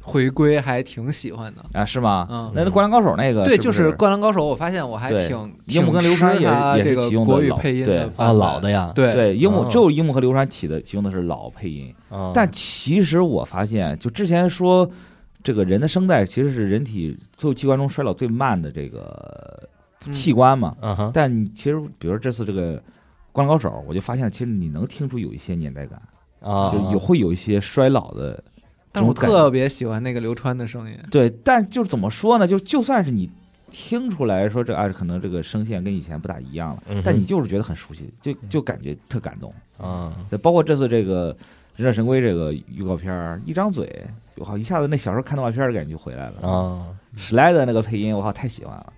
Speaker 3: 回归还挺喜欢的。
Speaker 6: 啊，是吗？
Speaker 3: 嗯
Speaker 6: 那那《灌篮高手》那个
Speaker 3: 对，
Speaker 6: 不
Speaker 3: 就是《灌篮高手》，我发现我还
Speaker 6: 对
Speaker 3: 挺
Speaker 6: 樱
Speaker 3: 挺
Speaker 6: 木跟流
Speaker 3: 吃
Speaker 6: 川也
Speaker 3: 他
Speaker 6: 也是
Speaker 3: 这个
Speaker 6: 启用的
Speaker 3: 国语
Speaker 6: 老
Speaker 3: 配音
Speaker 6: 对
Speaker 3: 的
Speaker 5: 啊，
Speaker 3: 版
Speaker 5: 老
Speaker 3: 本
Speaker 5: 的呀，
Speaker 3: 对嗯
Speaker 6: 对樱木
Speaker 5: 哦
Speaker 6: 只有樱木和流川起的起用的是老配音，
Speaker 5: 啊
Speaker 6: 但其实我发现，就之前说这个人的声带其实是人体所有器官中衰老最慢的这个
Speaker 3: 嗯
Speaker 6: 器官嘛，
Speaker 5: 嗯哼，
Speaker 6: 但你其实比如说这次这个《灌篮高手》，我就发现其实你能听出有一些年代感，
Speaker 5: 啊，
Speaker 6: 就有会有一些衰老的这
Speaker 3: 但是
Speaker 6: 种
Speaker 3: 我
Speaker 6: 感觉。
Speaker 3: 特别喜欢那个流川的声音。
Speaker 6: 对，但就是怎么说呢？就就算是你听出来说这啊，可能这个声线跟以前不大一样了，
Speaker 5: 嗯哼，嗯
Speaker 6: 但你就是觉得很熟悉，就就感觉特感动。
Speaker 5: 啊，
Speaker 6: 对，包括这次这个《忍者神龟》这个预告片儿，一张嘴，我靠，一下子那小时候看动画片儿的感觉就回来了。
Speaker 5: 啊，
Speaker 6: 史莱德那个配音，我靠，太喜欢了，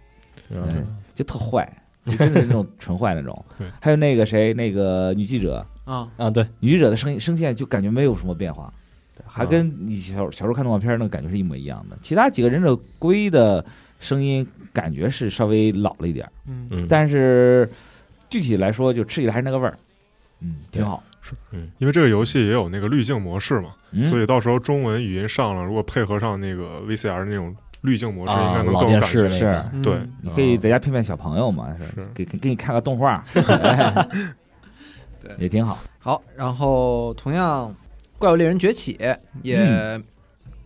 Speaker 6: 对
Speaker 5: 嗯，
Speaker 6: 就特坏，就真的是那
Speaker 5: [laughs]
Speaker 6: 种纯坏那种
Speaker 4: 对。
Speaker 6: 还有那个谁，那个女记者，
Speaker 3: 啊，
Speaker 5: 啊，对，
Speaker 6: 女记者的声音声线就感觉没有什么变化，对还跟你小小时候看动画片儿那个感觉是一模一样的。其他几个忍者龟的声音感觉是稍微老了一点儿，
Speaker 3: 嗯，
Speaker 5: 嗯，
Speaker 6: 但是具体来说，就吃起来还是那个味儿，嗯，挺好。
Speaker 4: 因为这个游戏也有那个滤镜模式嘛，
Speaker 6: 嗯，
Speaker 4: 所以到时候中文语音上了，如果配合上那个 VCR 那种滤镜模式，应该
Speaker 5: 啊，
Speaker 4: 能
Speaker 5: 老
Speaker 4: 更有
Speaker 5: 电
Speaker 4: 感
Speaker 5: 视
Speaker 4: 觉。
Speaker 5: 那
Speaker 6: 是
Speaker 5: 个，
Speaker 3: 嗯
Speaker 4: 对
Speaker 6: 你可以在家骗骗小朋友嘛，是
Speaker 4: 是
Speaker 6: 给给给你看个动 [laughs] 画，哎
Speaker 3: 对
Speaker 6: 也挺好。
Speaker 3: 好，然后同样，《怪物猎人崛起》也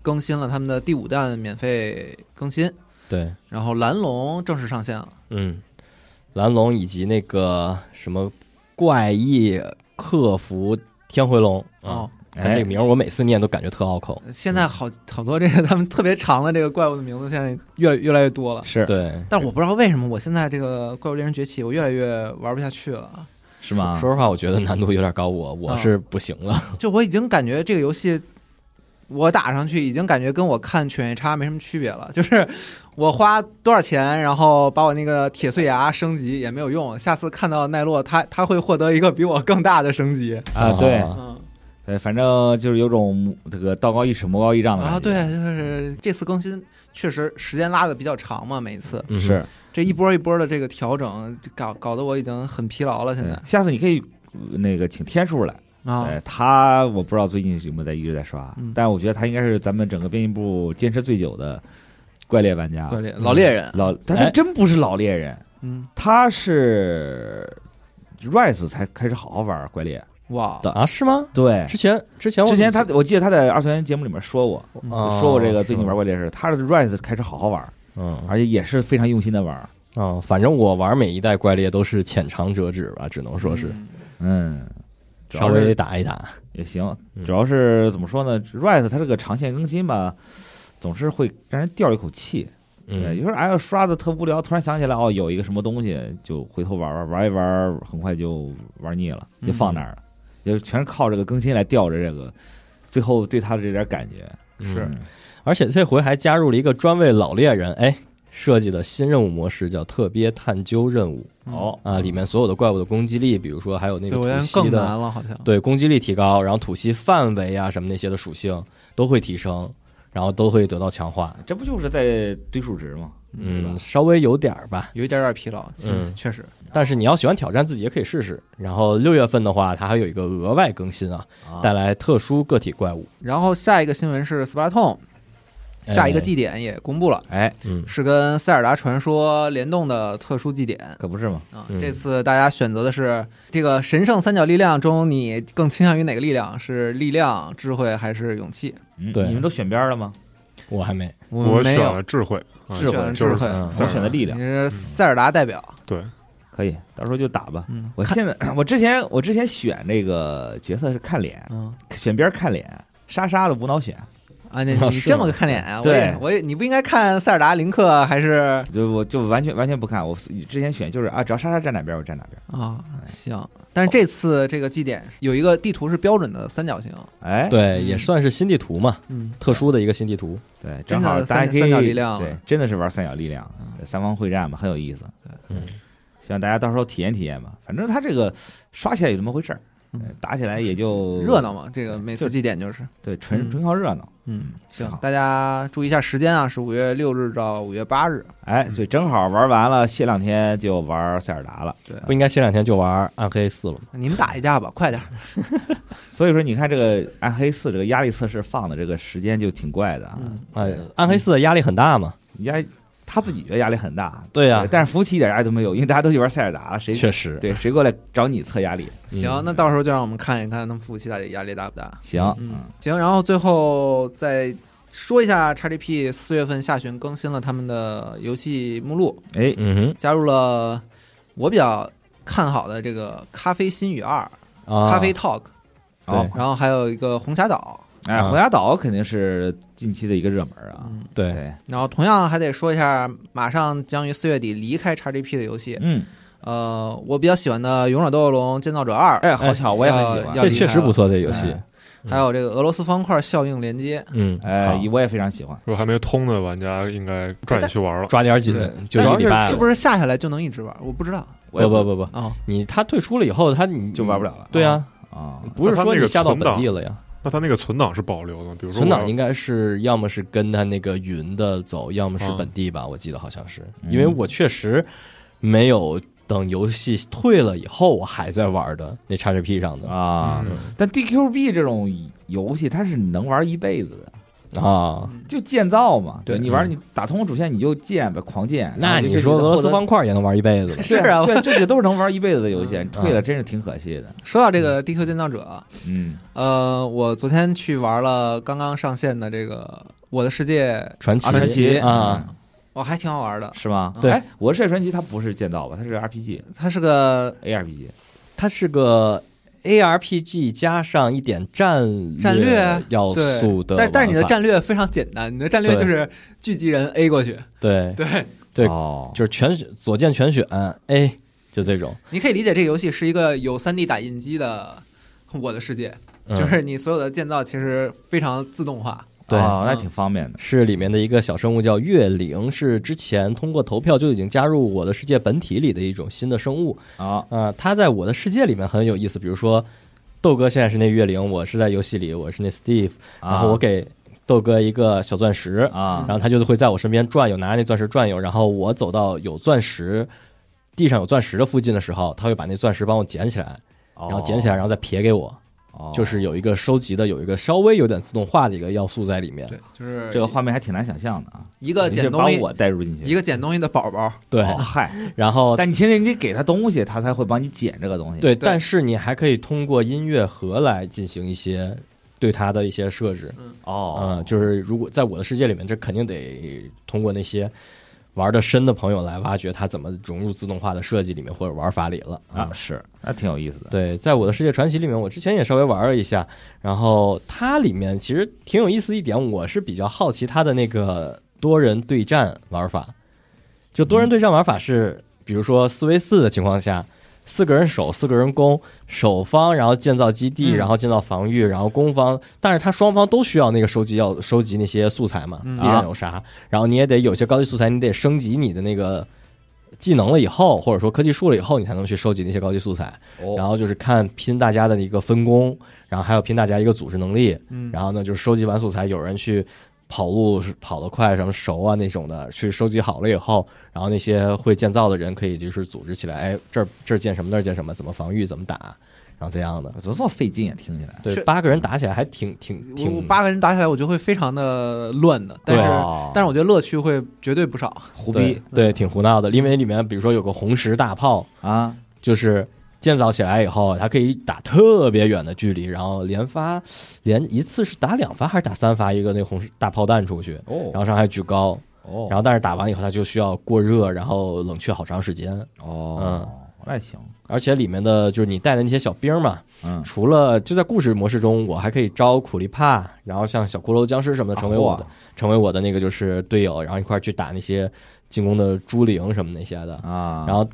Speaker 3: 更新了他们的第五弹免费更新，
Speaker 5: 对，
Speaker 3: 然后蓝龙正式上线了。
Speaker 5: 嗯，蓝龙以及那个什么怪异克服天回龙
Speaker 3: 哦，，
Speaker 5: 嗯看这个
Speaker 6: 哎
Speaker 5: 名儿我每次念都感觉特拗口。
Speaker 3: 现在好好多这个他们特别长的这个怪物的名字，现在越越来越多了
Speaker 6: 哎。是
Speaker 5: 对，
Speaker 3: 但我不知道为什么，我现在这个《怪物猎人崛起》我越来越玩不下去了，
Speaker 6: 是吗？
Speaker 5: 说实话，我觉得难度有点高，我我是不行了。
Speaker 3: 就我已经感觉这个游戏。我打上去已经感觉跟我看《犬夜叉》没什么区别了，就是我花多少钱，然后把我那个铁碎牙升级也没有用。下次看到奈落，他他会获得一个比我更大的升级。
Speaker 6: 啊，对
Speaker 3: 嗯
Speaker 6: 对，反正就是有种这个道高一尺魔高一丈的
Speaker 3: 啊，
Speaker 6: 感觉。
Speaker 3: 对，就是这次更新确实时间拉的比较长嘛，每一次
Speaker 5: 嗯，
Speaker 6: 是
Speaker 3: 这一波一波的这个调整，搞搞得我已经很疲劳了。现在
Speaker 6: 对下次你可以呃那个请天叔来。
Speaker 3: 啊，
Speaker 6: 对他，我不知道最近有没有在一直在刷
Speaker 3: 嗯，
Speaker 6: 但我觉得他应该是咱们整个编辑部坚持最久的怪猎玩家，
Speaker 3: 怪猎
Speaker 5: 嗯
Speaker 3: 老猎人，
Speaker 6: 老，但他
Speaker 5: 哎
Speaker 6: 真不是老猎人，
Speaker 3: 嗯，
Speaker 6: 他是 Rise 才开始好好玩怪猎。
Speaker 3: 哇，
Speaker 5: 啊？是吗？
Speaker 6: 对，
Speaker 5: 之前之前我
Speaker 6: 之前他我记得他在二次元节目里面说过，
Speaker 5: 啊
Speaker 6: 嗯说过这个最近
Speaker 5: 是吗
Speaker 6: 玩怪猎的事，他是 Rise 开始好好玩，
Speaker 5: 嗯
Speaker 6: 而且也是非常用心的玩。
Speaker 5: 啊，反正我玩每一代怪猎都是浅尝辄止吧，只能说是
Speaker 3: 嗯
Speaker 6: 嗯，主
Speaker 5: 稍
Speaker 6: 要是
Speaker 5: 微打一打。
Speaker 6: 也行
Speaker 5: 嗯，
Speaker 6: 主要是怎么说呢？Rise 它这个长线更新吧，总是会让人吊一口气。对，
Speaker 5: 嗯
Speaker 6: 有时候哎呀刷的特无聊，突然想起来哦有一个什么东西，就回头玩玩玩一玩，很快就玩腻了，就放那儿了，就全是靠这个更新来吊着这个，最后对它的这点感觉
Speaker 3: 是
Speaker 6: 嗯
Speaker 5: 而且这回还加入了一个专为老猎人哎设计的新任务模式，叫特别探究任务
Speaker 6: 哦
Speaker 5: 啊，里面所有的怪物的攻击力，比如说还有那
Speaker 3: 对
Speaker 5: 个
Speaker 3: 我觉
Speaker 5: 吐
Speaker 3: 得
Speaker 5: 息
Speaker 3: 更
Speaker 5: 的，
Speaker 3: 难了，好像，
Speaker 5: 对攻击力提高，然后吐息范围啊什么那些的属性都会提升，然后都会得到强化。
Speaker 6: 这不就是在堆数值吗？对吧
Speaker 5: 嗯，稍微有点儿吧，
Speaker 3: 有一点点疲劳，
Speaker 5: 嗯
Speaker 3: 确实，
Speaker 5: 但是你要喜欢挑战自己也可以试试。然后六月份的话，它还有一个额外更新啊，带
Speaker 6: 但
Speaker 5: 来特殊个体怪物。
Speaker 3: 然后下一个新闻是 Splatoon，
Speaker 5: 哎
Speaker 3: 下一个祭典也公布了，
Speaker 6: 哎，
Speaker 5: 嗯
Speaker 3: 是跟塞尔达传说联动的特殊祭典
Speaker 6: 可不是吗？
Speaker 3: 啊
Speaker 5: 嗯。
Speaker 3: 这次大家选择的是这个神圣三角力量中，你更倾向于哪个力量？是力量、智慧还是勇气？
Speaker 6: 嗯
Speaker 5: 对
Speaker 6: 你们都选边了吗？
Speaker 5: 我还没，
Speaker 4: 我
Speaker 3: 没
Speaker 4: 选
Speaker 3: 有
Speaker 4: 了，智慧，啊
Speaker 3: 智慧
Speaker 4: 就
Speaker 3: 智
Speaker 4: 是
Speaker 3: 慧
Speaker 4: 塞尔达
Speaker 6: 我选的力量
Speaker 3: 你，是塞尔达代表，
Speaker 4: 对，
Speaker 6: 可以，到时候就打吧。
Speaker 3: 嗯，
Speaker 6: 我现在 [clears throat] 我之前我之前选这个角色是看脸，
Speaker 3: 嗯
Speaker 6: 选边看脸，莎莎的无脑选，
Speaker 3: 啊，你
Speaker 5: 啊
Speaker 3: 你
Speaker 5: 是
Speaker 3: 这
Speaker 5: 吗
Speaker 3: 么个看脸啊？
Speaker 6: 对
Speaker 3: 我也我也你不应该看塞尔达林克还是
Speaker 6: 就我就完全完全不看，我之前选就是啊，只要莎莎站哪边我站哪边。
Speaker 3: 啊？行，但是这次这个祭典有一个地图是标准的三角形，
Speaker 6: 哎，
Speaker 5: 对，
Speaker 3: 嗯
Speaker 5: 也算是新地图嘛，
Speaker 3: 嗯，
Speaker 5: 特殊的一个新地图。
Speaker 6: 对，
Speaker 3: 真
Speaker 6: 正
Speaker 3: 的
Speaker 6: 好大
Speaker 3: 三
Speaker 6: 家可以
Speaker 3: 三角力量
Speaker 6: 对，真的是玩三角力量，嗯三方会战嘛，很有意思。
Speaker 5: 嗯，
Speaker 6: 希望大家到时候体验体验吧。反正他这个刷起来有这么回事儿，呃
Speaker 3: 嗯
Speaker 6: 打起来也就
Speaker 3: 热，闹嘛，这个
Speaker 6: 对
Speaker 3: 每
Speaker 6: 就
Speaker 3: 次祭典就是，
Speaker 6: 对，纯
Speaker 3: 嗯
Speaker 6: 纯靠热闹。
Speaker 3: 嗯，行
Speaker 6: 挺好，
Speaker 3: 大家注意一下时间啊，是五月六日到五月八日，
Speaker 6: 哎，对，正好玩完了，歇两天就玩塞尔达了。
Speaker 3: 啊
Speaker 5: 不应该歇两天就玩暗黑四了吗？
Speaker 3: 你们打一架吧，快点儿，
Speaker 6: 所以说，你看这个《暗黑四》这个压力测试放的这个时间就挺怪的啊。
Speaker 3: 嗯
Speaker 5: 哎，暗黑四的压力很大嘛。
Speaker 6: 压他自己觉得压力很大，啊
Speaker 5: 对呀
Speaker 6: 但是服务器一点压力都没有，因为大家都去玩塞尔达了，谁
Speaker 5: 确实，
Speaker 6: 对谁过来找你测压力？
Speaker 3: 行，那到时候就让我们看一看他们服务器到底压力大不大，
Speaker 6: 行，
Speaker 3: 嗯，行，然后最后再说一下 XGP 四月份下旬更新了他们的游戏目录，
Speaker 6: 哎，
Speaker 5: 嗯
Speaker 3: 加入了我比较看好的这个《咖啡心语二》
Speaker 5: 哼，啊哎
Speaker 3: 咖啡 Talk），
Speaker 6: 哦，
Speaker 3: 然后还有一个《红霞岛
Speaker 6: 哎，
Speaker 5: 啊
Speaker 6: 红霞岛肯定是近期的一个热门》啊。
Speaker 3: 嗯，
Speaker 5: 对，
Speaker 6: 对，
Speaker 3: 然后同样还得说一下，马上将于四月底离开 XGP 的游戏，
Speaker 6: 嗯，
Speaker 3: 呃，我比较喜欢的《勇者斗恶龙：建造者二》，
Speaker 6: 哎，好巧，我也很喜欢
Speaker 3: 要
Speaker 5: 呃这确实不错，这游戏，
Speaker 6: 哎
Speaker 3: 还有这个《俄罗斯方块效应连接》，
Speaker 5: 嗯，好
Speaker 6: 哎，我也非常喜欢。
Speaker 4: 如果还没通的玩家，应该抓紧去玩了。
Speaker 5: 抓点紧
Speaker 3: 对，
Speaker 5: 就一个礼拜
Speaker 3: 是
Speaker 5: 了
Speaker 3: 不。是下下来就能一直玩？我不知道
Speaker 6: 我也
Speaker 5: 不不不不，
Speaker 3: 哦，
Speaker 5: 你它退出了以后，它你
Speaker 6: 就玩不了了
Speaker 5: 对啊，
Speaker 6: 啊，
Speaker 5: 不是
Speaker 4: 那它
Speaker 5: 说
Speaker 4: 那
Speaker 5: 你
Speaker 4: 个
Speaker 5: 下到
Speaker 4: 存
Speaker 5: 本
Speaker 4: 档
Speaker 5: 地了呀，
Speaker 4: 那他那个存档是保留的吗，比如说
Speaker 5: 存档应
Speaker 4: 该
Speaker 5: 该是要么是跟他那个云的走，要么是
Speaker 4: 嗯
Speaker 5: 本地吧，我记得好像是，
Speaker 6: 嗯
Speaker 5: 因为我确实没有等游戏退了以后，我还在玩的那 XGP 上的
Speaker 6: 啊，
Speaker 4: 嗯
Speaker 6: 但 DQB 这种游戏它是能玩一辈子的，
Speaker 5: 啊。
Speaker 3: 嗯
Speaker 6: 就建造嘛。
Speaker 3: 对
Speaker 6: 你玩你打通主线你就建呗，狂建。
Speaker 5: 嗯那
Speaker 6: 然后
Speaker 5: 你
Speaker 6: 就
Speaker 5: 说俄罗斯
Speaker 6: 获得
Speaker 5: 方块也能玩一辈子了？
Speaker 3: 是啊
Speaker 6: 对，这些都是能玩一辈子的游
Speaker 5: [laughs]
Speaker 6: 戏，
Speaker 3: 嗯
Speaker 6: 退了真是挺可惜的。
Speaker 3: 说到这个《地球建造者》，
Speaker 6: 嗯，
Speaker 3: 呃，我昨天去玩了刚刚上线的这个《我的世界》，
Speaker 5: 传奇
Speaker 3: 啊传奇
Speaker 5: 啊，
Speaker 6: 嗯
Speaker 3: 我还挺好玩的。
Speaker 6: 是吗？
Speaker 5: 对
Speaker 6: 哎，我是传奇，它不是建造吧？它是 RPG、
Speaker 3: 它是个
Speaker 6: ARPG。
Speaker 5: 它是个 ARPG 加上一点战
Speaker 3: 战略啊
Speaker 5: 要
Speaker 3: 对
Speaker 5: 素的玩
Speaker 3: 但
Speaker 5: 法，
Speaker 3: 但是你的战略非常简单，你的战略就是聚集人 A 过去，
Speaker 5: 对
Speaker 3: 对，
Speaker 5: 对
Speaker 6: 哦，
Speaker 5: 就是全选左键全选 A，就这种，
Speaker 3: 你可以理解这个游戏是一个有 3D 打印机的《我的世界》，
Speaker 5: 嗯
Speaker 3: 就是你所有的建造其实非常自动化，
Speaker 5: 对
Speaker 6: 哦，那
Speaker 3: 嗯
Speaker 6: 挺方便的。
Speaker 5: 是里面的一个小生物叫月灵，是之前通过投票就已经加入我的世界本体里的一种新的生物。
Speaker 6: 啊，
Speaker 5: 啊、它在我的世界里面很有意思，比如说豆哥现在是那月灵，我是在游戏里我是那 Steve，然
Speaker 3: 啊
Speaker 5: 后我给豆哥一个小钻石，
Speaker 6: 啊
Speaker 5: 然后他就会在我身边转悠，拿那钻石转悠，然后我走到有钻石。地上有钻石的附近的时候，他会把那钻石帮我捡起来，
Speaker 6: 然
Speaker 5: 然后捡起来，然后再撇给我。
Speaker 6: 哦
Speaker 5: 就是有一个收集的，有一个稍微有点自动化的一个要素在里面。
Speaker 3: 对，
Speaker 5: 嗯
Speaker 3: 就是
Speaker 6: 这个画面还挺难想象的啊。
Speaker 3: 一个
Speaker 6: 你是
Speaker 3: 捡
Speaker 6: 把
Speaker 3: 东西，
Speaker 6: 我带入进去，
Speaker 3: 一个捡东西的宝宝，
Speaker 5: 对，
Speaker 6: 哦嗨，
Speaker 5: 然后
Speaker 6: [laughs] 但你现在你得给他东西，他才会帮你捡这个东西。，
Speaker 5: 对，但是你还可以通过音乐盒来进行一些对它的一些设置。
Speaker 6: 哦，
Speaker 5: 嗯，就是如果在我的世界里面，这肯定得通过那些玩的深的朋友来挖掘它怎么融入自动化的设计里面或者玩法里了啊
Speaker 6: 啊，。是，那挺有意思的。
Speaker 5: 对，在我的世界传奇里面，我之前也稍微玩了一下，然后它里面其实挺有意思一点，我是比较好奇它的那个多人对战玩法。就多人对战玩法是，比如说四 v 四的情况下，四个人守，四个人攻，守方然后建造基地，
Speaker 3: 嗯
Speaker 5: 然后建造防御，然后攻方，但是它双方都需要那个收集要收集那些素材嘛，
Speaker 3: 嗯
Speaker 5: 地上有啥，然后你也得有些高级素材，你得升级你的那个。技能了以后，或者说科技树了以后，你才能去收集那些高级素材。
Speaker 6: 哦
Speaker 5: 然后就是看拼大家的一个分工，然后还有拼大家一个组织能力，
Speaker 3: 嗯，
Speaker 5: 然后呢就是收集完素材，有人去跑路是跑得快，什么熟啊那种的，去收集好了以后，然后那些会建造的人可以就是组织起来，哎，这儿这儿建什么，那儿建什么，怎么防御，怎么打，然后这样的。
Speaker 6: 怎么这么费劲啊？听起来
Speaker 5: 对
Speaker 3: 是，
Speaker 5: 八个人打起来还挺挺
Speaker 3: 我
Speaker 5: 挺
Speaker 3: 八个人打起来，我就会非常的乱的，但
Speaker 5: 对
Speaker 3: 是
Speaker 6: 哦
Speaker 3: 但是我觉得乐趣会绝对不少。
Speaker 6: 胡
Speaker 5: 对
Speaker 6: 逼
Speaker 5: 对挺胡闹的，因为里面比如说有个红石大炮，
Speaker 6: 啊，
Speaker 5: 就是建造起来以后，它可以打特别远的距离，然后连发连一次是打两发还是打三发一个那红石大炮弹出去，
Speaker 6: 哦
Speaker 5: 然后上还举高，
Speaker 6: 哦，
Speaker 5: 然后但是打完以后它就需要过热，然后冷却好长时间。
Speaker 6: 后哦，那行，
Speaker 5: 而且里面的就是你带的那些小兵嘛，
Speaker 6: 嗯，
Speaker 5: 除了就在故事模式中，我还可以招苦力怕，然后像小骷髅僵尸什么的成为我的，
Speaker 6: 啊
Speaker 5: 成为我的那个就是队友，然后一块儿去打那些进攻的猪灵什么那些的。
Speaker 6: 啊，
Speaker 5: 然后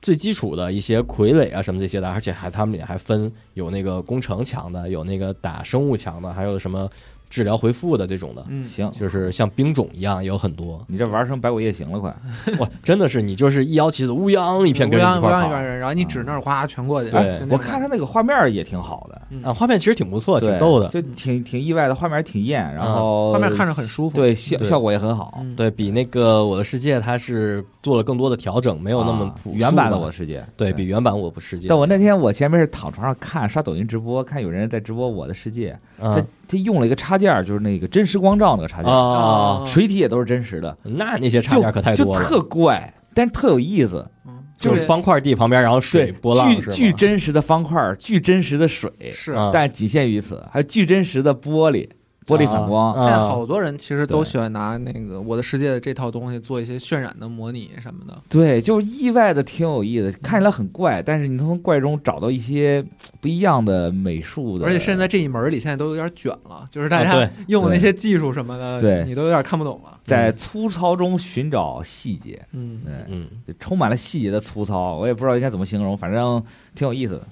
Speaker 5: 最基础的一些傀儡啊什么这些的，而且还他们也还分有那个工程强的，有那个打生物强的，还有什么治疗回复的这种的，
Speaker 3: 嗯，
Speaker 6: 行，。
Speaker 5: 就是像兵种一样有很多 [laughs]
Speaker 6: 你这玩成《百鬼夜行》了，快！
Speaker 5: 哇，真的是你就是一摇旗子乌泱一片
Speaker 3: 乌
Speaker 5: 跟着
Speaker 3: 泱
Speaker 5: 一
Speaker 3: 乌
Speaker 5: 块
Speaker 3: 泱一
Speaker 5: 儿
Speaker 3: 帮
Speaker 5: 跑。嗯
Speaker 3: 人，然后你指那儿哗全过去。
Speaker 5: 对
Speaker 3: 就那种
Speaker 6: 我看他那个画面儿也挺好的，
Speaker 5: 啊，画面其实挺不错，
Speaker 6: 对
Speaker 5: 挺逗的，
Speaker 6: 就挺挺意外的，画面儿挺艳，然
Speaker 5: 嗯
Speaker 6: 后
Speaker 3: 画面看着很舒服。
Speaker 6: 对效
Speaker 5: 对
Speaker 6: 效果也很好，
Speaker 3: 嗯，
Speaker 5: 对比那个《我的世界》，它是做了更多的调整，没
Speaker 6: 没
Speaker 5: 有那么朴素
Speaker 6: 啊原版的《
Speaker 5: 嘛
Speaker 6: 我的世界》，
Speaker 5: 对比原版《我不世界》。
Speaker 6: 但我那天我前面是躺床上看刷抖音直播，看有人在直播《我的世界》他
Speaker 5: 啊
Speaker 6: 他用了一个插件儿，就是那个真实光照那个插件儿，
Speaker 3: 哦
Speaker 5: 啊，
Speaker 6: 水体也都是真实的，
Speaker 5: 那那些差
Speaker 6: 就
Speaker 5: 价可太
Speaker 6: 就
Speaker 5: 多了，
Speaker 6: 特怪，但是特有意思，
Speaker 3: 嗯，
Speaker 5: 就
Speaker 6: 就是
Speaker 5: 方块地旁边，然后水
Speaker 6: 对，
Speaker 5: 波浪
Speaker 6: 巨
Speaker 5: 是吗
Speaker 6: 巨真实的方块儿，巨真实的水，
Speaker 3: 是。
Speaker 5: 啊
Speaker 6: 但仅限于此，还有巨真实的玻璃，玻璃反光，
Speaker 5: 啊
Speaker 3: 现在好多人其实都
Speaker 6: 对
Speaker 3: 喜欢拿那个《我的世界》的这套东西做一些渲染的模拟什么的，
Speaker 6: 对，就是意外的挺有意思，看起来很怪，但是你能从怪中找到一些不一样的美术的，
Speaker 3: 而且甚至在这一门儿里现在都有点卷了，就是大
Speaker 5: 啊对
Speaker 3: 家用的那
Speaker 6: 对
Speaker 3: 些技术什么的，
Speaker 6: 对
Speaker 3: 你都有点看不懂了。
Speaker 6: 在粗糙中寻找细节，
Speaker 3: 嗯，
Speaker 6: 对，
Speaker 5: 嗯。
Speaker 6: 就充满了细节的粗糙，我也不知道应该怎么形容，反正挺有意思的，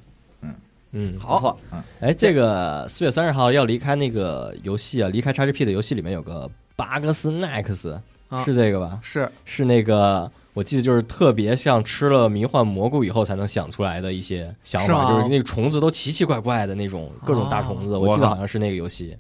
Speaker 5: 嗯，
Speaker 6: 不错，嗯，
Speaker 5: 哎，这个四月三十号要离开那个游戏啊，离开 XGP 的游戏里面有个巴格斯 Nex，、
Speaker 3: 啊
Speaker 5: 是这个吧？
Speaker 3: 是
Speaker 5: 是那个，我记得就是特别像吃了迷幻蘑菇以后才能想出来的一些想
Speaker 3: 是吗
Speaker 5: 法，
Speaker 3: 啊
Speaker 5: 就是那个虫子都奇奇怪怪的那种，各种大虫子。我记得好像是那个游戏，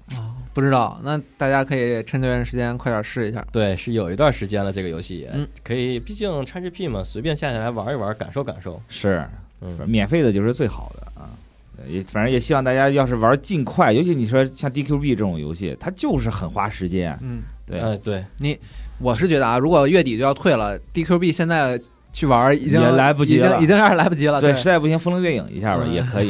Speaker 3: 不知道，那大家可以趁这段时间快点试一下。
Speaker 5: 对，是有一段时间了。这个游戏也、
Speaker 3: 嗯
Speaker 5: 可以，毕竟 XGP 嘛，随便下下来玩一玩，感受感受。
Speaker 6: 是
Speaker 5: 嗯，
Speaker 6: 免费的就是最好的啊。对也反正也希望大家要是玩尽快，尤其你说像 DQB 这种游戏，它就是很花时间。
Speaker 3: 嗯，
Speaker 6: 对，
Speaker 5: 哎对，
Speaker 3: 我是觉得啊，如果月底就要退了，DQB 现在去玩儿已经
Speaker 6: 也来不及
Speaker 3: 已经
Speaker 6: 了
Speaker 3: 已经有点来不及了。
Speaker 5: 啊
Speaker 6: 对，
Speaker 3: 对，
Speaker 6: 实在不行风铃月影一下吧
Speaker 3: 嗯
Speaker 6: 也
Speaker 5: [laughs]
Speaker 6: 可以。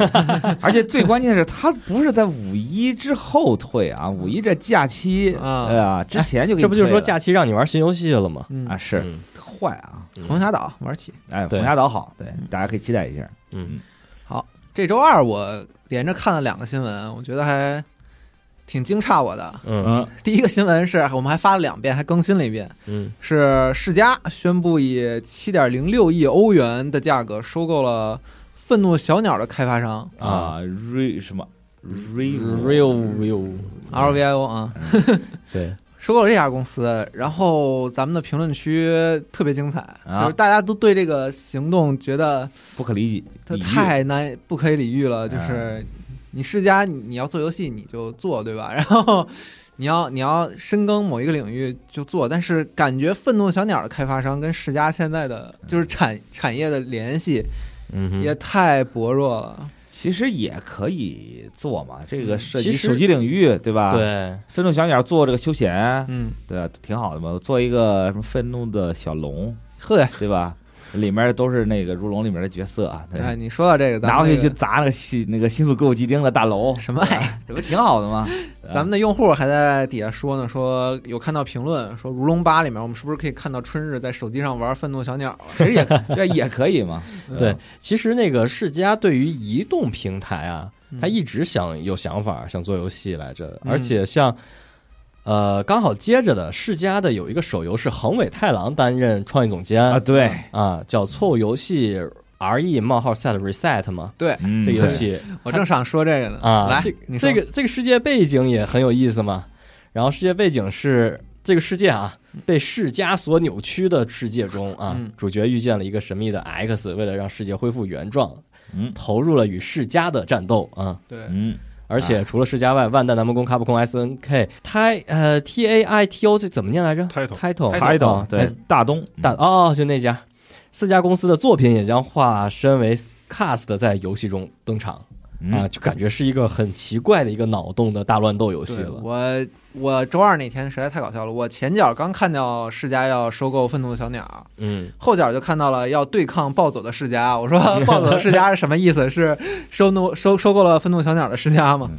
Speaker 6: 而且最关键的是，它不是在五一之后退啊，五一这假期
Speaker 3: 啊
Speaker 6: 哎呀之前就给
Speaker 5: 这不就是
Speaker 6: 退
Speaker 5: 说
Speaker 6: 了
Speaker 5: 假期让你玩新游戏了吗？
Speaker 3: 嗯
Speaker 6: 啊？是
Speaker 5: 嗯
Speaker 6: 坏啊！
Speaker 3: 红霞岛玩起。
Speaker 6: 哎，
Speaker 5: 对
Speaker 6: 红霞岛好，对，大家可以期待一下。
Speaker 5: 嗯，
Speaker 3: 这周二我连着看了两个新闻，我觉得还挺惊诧我的。
Speaker 5: 嗯
Speaker 6: 啊
Speaker 3: 第一个新闻是我们还发了两遍，还更新了一遍，
Speaker 5: 嗯
Speaker 3: 是世嘉宣布以七点零六亿欧元的价格收购了愤怒小鸟的开发商
Speaker 6: 啊，Re 什么 Re
Speaker 5: ，Real Real，
Speaker 3: LVIO 啊， [laughs]
Speaker 5: 对，
Speaker 3: 收购了这家公司。然后咱们的评论区特别精彩，
Speaker 6: 啊
Speaker 3: 就是大家都对这个行动觉得
Speaker 6: 不可理解，
Speaker 3: 它
Speaker 6: 理喻
Speaker 3: 太难不可以理喻了，就是你世家你你要做游戏你就做对吧？然 [laughs] 后你要你要深耕某一个领域就做，但是感觉愤怒小鸟的开发商跟世家现在的就是产产业的联系
Speaker 5: 嗯哼
Speaker 3: 也太薄弱了。
Speaker 6: 其实也可以做嘛，这个涉
Speaker 5: 其
Speaker 6: 及
Speaker 5: 实
Speaker 6: 手机领域，对吧？，
Speaker 5: 对，
Speaker 6: 愤怒小鸟做这个休闲，
Speaker 3: 嗯，
Speaker 6: 对吧？挺好的嘛，做一个什么愤怒的小龙，
Speaker 5: 哎
Speaker 3: 呵，
Speaker 6: 对吧？里面都是那个如龙里面的角色啊，对
Speaker 3: 哎，你说到这个，咱们
Speaker 6: 拿回去
Speaker 3: 这
Speaker 6: 去
Speaker 3: 个
Speaker 6: 砸那个新那个新宿歌舞伎町的
Speaker 3: [laughs]
Speaker 6: 大楼，
Speaker 3: 什么玩意儿？
Speaker 6: 这不挺好的吗？
Speaker 5: 嗯
Speaker 3: 咱们的用户还在底下说呢，说有看到评论说《如龙八》里面，我们是不是可以看到春日在手机上玩《愤怒小鸟》啊？
Speaker 6: [laughs] 其实也这也可以嘛，
Speaker 5: 对，其实那个世嘉对于移动平台啊，他
Speaker 3: 嗯
Speaker 5: 一直想有想法，想做游戏来着。
Speaker 3: 嗯
Speaker 5: 而且像，呃，刚好接着的世嘉的有一个手游是横尾太郎担任创意总监
Speaker 6: 啊，对，
Speaker 5: 啊叫错误游戏 R E 冒号 set reset 嘛，
Speaker 3: 对，
Speaker 6: 嗯
Speaker 5: 这个游戏
Speaker 3: 我正想说这个呢
Speaker 5: 啊，
Speaker 3: 来
Speaker 5: 这，
Speaker 3: 你说
Speaker 5: 这个这个世界背景也很有意思嘛。然后世界背景是这个世界啊，被世家所扭曲的世界中啊，
Speaker 3: 嗯
Speaker 5: 主角遇见了一个神秘的 X，为了让世界恢复原状，
Speaker 6: 嗯
Speaker 5: 投入了与世家的战斗啊。
Speaker 3: 对，
Speaker 6: 嗯，
Speaker 5: 而
Speaker 3: 啊
Speaker 5: 且除了世家外，万代南梦宫、卡普空、SNK、T 呃 T A I T O 这怎么念来着
Speaker 4: Taito
Speaker 5: Title
Speaker 6: 还有哎对大东
Speaker 5: 哎
Speaker 6: 嗯
Speaker 5: 大哦，就那家。四家公司的作品也将化身为 Cast 在游戏中登场啊，
Speaker 6: 嗯
Speaker 5: 就感觉是一个很奇怪的一个脑洞的大乱斗游戏
Speaker 3: 对
Speaker 5: 了。
Speaker 3: 我我周二那天实在太搞笑了，我前脚刚看到世嘉要收购《愤怒的小鸟
Speaker 5: 嗯》，，
Speaker 3: 后脚就看到了要对抗暴走的世嘉。我说暴走的世嘉是什么意思？是收怒收收购了《愤怒小鸟》的世嘉吗？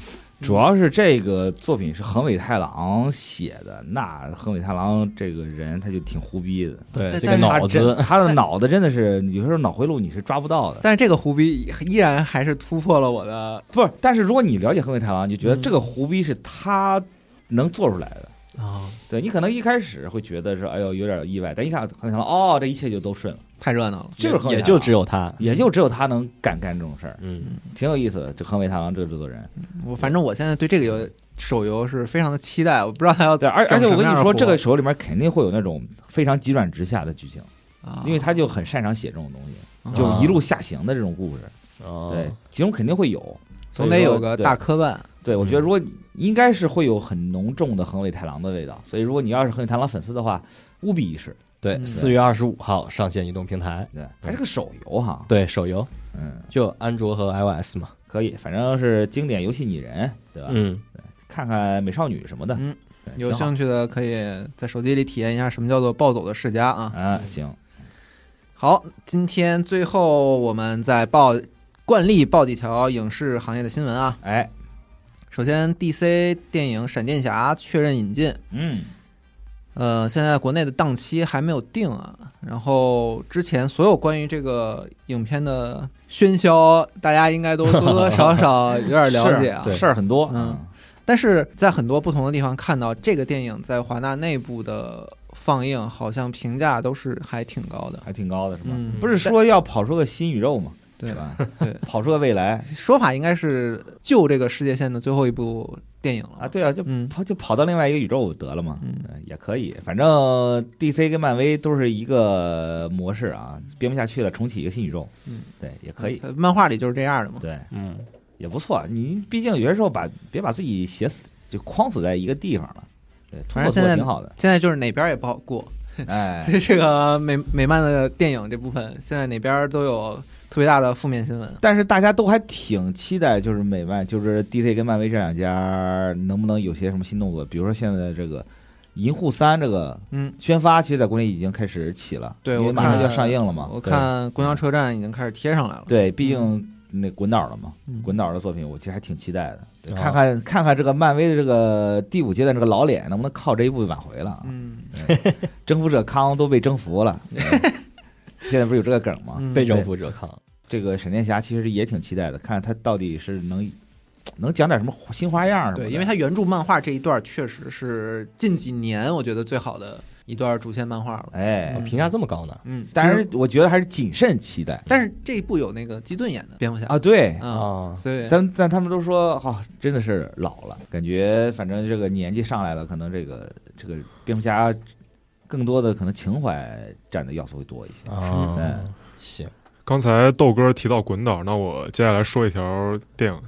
Speaker 6: 主要是这个作品是横尾太郎写的，那横尾太郎这个人他就挺胡逼的，
Speaker 5: 对，
Speaker 3: 但
Speaker 5: 这个
Speaker 3: 但是
Speaker 6: 他
Speaker 5: 脑
Speaker 6: 真
Speaker 5: 子，
Speaker 6: 他的脑子真的是有时候脑回路你是抓不到的。
Speaker 3: 但是这个胡逼依然还是突破了我的，
Speaker 6: 不是，但是如果你了解横尾太郎，你就觉得
Speaker 3: 嗯
Speaker 6: 这个胡逼是他能做出来的。
Speaker 3: 哦
Speaker 5: 啊，
Speaker 6: 对你可能一开始会觉得是哎呦有点意外，但一看横尾太郎，哦，这一切就都顺了。
Speaker 3: 太热闹了。
Speaker 6: 这是啊横尾
Speaker 5: 也
Speaker 6: 太
Speaker 5: 就
Speaker 6: 郎
Speaker 5: 只有他，
Speaker 6: 也就只有他能敢干这种事儿，
Speaker 5: 嗯，
Speaker 6: 挺有意思的。这横尾太郎这个制作人，
Speaker 3: 我反正我现在对这个游手游是非常的期待，我不知道他要
Speaker 6: 对，而而
Speaker 3: 整
Speaker 6: 且
Speaker 3: 什
Speaker 6: 我
Speaker 3: 么
Speaker 6: 跟
Speaker 3: 样
Speaker 6: 你
Speaker 3: 的
Speaker 6: 说，
Speaker 3: 活
Speaker 6: 这个手里面肯定会有那种非常急转直下的剧情，
Speaker 3: 啊
Speaker 6: 因为他就很擅长写这种东西，
Speaker 3: 啊
Speaker 6: 就一路下行的这种故事，
Speaker 5: 哦
Speaker 6: 对，其中肯定会有，
Speaker 3: 总得有个大
Speaker 6: 对。
Speaker 3: 科办。
Speaker 6: 对，我觉得
Speaker 3: 嗯
Speaker 6: 如果应该是会有很浓重的横尾太郎的味道，所以如果你要是横尾太郎粉丝的话，务必一试。
Speaker 5: 对，
Speaker 3: 嗯
Speaker 5: 四月二十五号上线移动平台，
Speaker 6: 对，还是个手游哈，
Speaker 5: 对手游
Speaker 6: 嗯，
Speaker 5: 就安卓和 iOS 嘛，
Speaker 6: 可以，反正是经典游戏拟人，对吧？
Speaker 5: 嗯，
Speaker 6: 看看美少女什么的，
Speaker 3: 嗯
Speaker 6: 对，
Speaker 3: 有
Speaker 6: 挺好
Speaker 3: 兴趣的可以在手机里体验一下什么叫做暴走的世家啊。
Speaker 6: 啊，行，
Speaker 3: 好，今天最后我们再报惯例报几条影视行业的新闻啊。
Speaker 6: 哎，
Speaker 3: 首先，DC 电影《闪电侠》确认引进，
Speaker 6: 嗯
Speaker 3: 呃，现在国内的档期还没有定啊。然后之前所有关于这个影片的喧嚣，大家应该都多多少少有点了解啊。
Speaker 6: 是事儿很多，
Speaker 3: 嗯但是在很多不同的地方看到这个电影在华纳内部的放映，好像评价都是还挺高的。
Speaker 6: 还挺高的是吧？
Speaker 3: 嗯
Speaker 6: 不是说要跑出个新宇宙吗？
Speaker 3: 对
Speaker 6: 是吧？
Speaker 3: 对，
Speaker 6: 跑出个未来
Speaker 3: 说法应该是救这个世界线的最后一部电影了
Speaker 6: 啊，，对啊，就
Speaker 3: 嗯
Speaker 6: 跑就跑到另外一个宇宙得了嘛，
Speaker 3: 嗯
Speaker 6: 呃也可以。反正 DC 跟漫威都是一个模式啊，编不下去了，重启一个新宇宙，
Speaker 3: 嗯，
Speaker 6: 对，也可以，
Speaker 3: 在漫画里就是这样的嘛。
Speaker 6: 对，
Speaker 5: 嗯，
Speaker 6: 也不错。你毕竟有些时候把别把自己写死，就框死在一个地方了。对，突
Speaker 3: 反
Speaker 6: 破
Speaker 3: 正
Speaker 6: 突
Speaker 3: 现在
Speaker 6: 破挺好的，
Speaker 3: 现在就是哪边也不好过，
Speaker 6: 哎，
Speaker 3: [laughs] 这个美美漫的电影这部分，现在哪边都有特别大的负面新闻。
Speaker 6: 但是大家都还挺期待，就是美漫，就是 DC 跟漫威这两家能不能有些什么新动作？比如说现在这个《银护三》这个
Speaker 3: 嗯，
Speaker 6: 宣发，其实在国内已经开始起了，
Speaker 3: 对
Speaker 6: 因为
Speaker 3: 我
Speaker 6: 马上就要
Speaker 3: 看
Speaker 6: 上映了嘛。
Speaker 3: 我看公交车站已经开始贴上来了。
Speaker 6: 对，对，毕竟那滚导了嘛，
Speaker 3: 嗯
Speaker 6: 滚导的作品我其实还挺期待的，对
Speaker 5: 啊
Speaker 6: 看看看看这个漫威的这个第五阶段这个老脸能不能靠这一部挽回了啊。
Speaker 3: 嗯
Speaker 6: 征服者康都被征
Speaker 5: [laughs]
Speaker 6: 服了，对现在不是有这个梗吗？
Speaker 3: 嗯
Speaker 5: 被征服者抗，
Speaker 6: 这个闪电侠其实也挺期待的，看他到底是能能讲点什么新花样什么的
Speaker 3: 对，因为它原著漫画这一段确实是近几年我觉得最好的一段主线漫画了。
Speaker 6: 哎，
Speaker 5: 哦评价这么高呢？
Speaker 3: 嗯，
Speaker 6: 但
Speaker 3: 其
Speaker 6: 是
Speaker 3: 实
Speaker 6: 我觉得还是谨慎期待
Speaker 3: 但是这一部有那个基顿演的蝙蝠侠
Speaker 6: 啊。对，
Speaker 3: 啊，
Speaker 5: 啊，
Speaker 3: 所以
Speaker 6: 咱咱他们都说哈、真的是老了，感觉反正这个年纪上来了，可能这个这个蝙蝠侠更多的可能情怀占的要素会多一些。
Speaker 5: 啊，行，
Speaker 4: 刚才豆哥提到滚岛，那我接下来说一条电影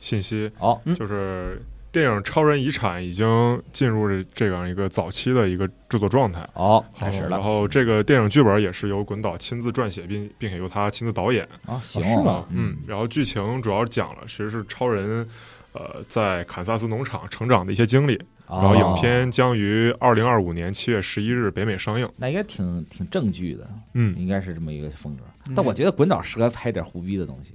Speaker 4: 信息，
Speaker 6: 哦，
Speaker 3: 嗯
Speaker 4: 就是电影《超人遗产》已经进入这这样一个早期的一个制作状态。
Speaker 6: 哦，开始
Speaker 4: 然
Speaker 6: 了
Speaker 4: 后这个电影剧本也是由滚导亲自撰写，并并且由他亲自导演。
Speaker 6: 啊，行
Speaker 5: 是吗
Speaker 6: 哦
Speaker 4: 嗯，然后剧情主要讲了，其实是超人，呃，在堪萨斯农场成长的一些经历。
Speaker 6: 哦
Speaker 4: 然后影片将于二零二五年七月十一日北美上映。
Speaker 6: 那应该挺挺正剧的，
Speaker 4: 嗯，
Speaker 6: 应该是这么一个风格。
Speaker 3: 嗯
Speaker 6: 但我觉得滚导适合拍点胡逼的东西。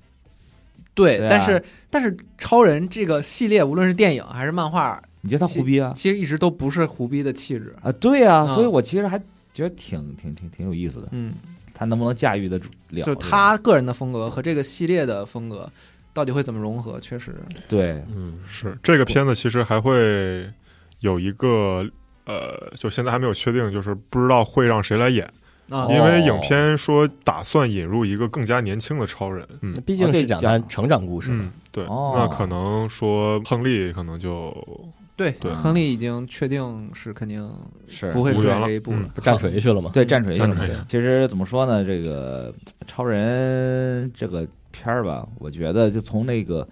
Speaker 3: 对，
Speaker 6: 对啊
Speaker 3: 但是但是超人这个系列，无论是电影还是漫画，
Speaker 6: 你觉得他胡逼啊？
Speaker 3: 其实一直都不是胡逼的气质。
Speaker 6: 啊，对啊，
Speaker 3: 嗯
Speaker 6: 所以我其实还觉得挺挺挺挺有意思的，
Speaker 3: 嗯，
Speaker 6: 他能不能驾驭得住了？
Speaker 3: 就是他个人的风格和这个系列的风格到底会怎么融合，确实
Speaker 6: 对
Speaker 5: 嗯，
Speaker 4: 是这个片子其实还会有一个呃，就现在还没有确定，就是不知道会让谁来演，
Speaker 3: 啊
Speaker 6: 哦
Speaker 4: 因为影片说打算引入一个更加年轻的超人。嗯
Speaker 5: 那毕竟是讲他
Speaker 6: 哦对
Speaker 5: 成长故事嘛
Speaker 4: 嗯，对，
Speaker 6: 哦
Speaker 4: 那可能说亨利可能就
Speaker 3: 对，
Speaker 4: 对
Speaker 3: 亨利已经确定是肯定
Speaker 6: 是
Speaker 3: 不会出
Speaker 4: 无缘
Speaker 3: 演
Speaker 4: 了
Speaker 3: 这一部
Speaker 4: 嗯
Speaker 3: 了。
Speaker 5: 不战锤去了吗？
Speaker 6: 对战锤
Speaker 4: 战
Speaker 6: 用
Speaker 4: 锤
Speaker 6: 的。其实怎么说呢，这个超人这个片儿吧，我觉得就从那个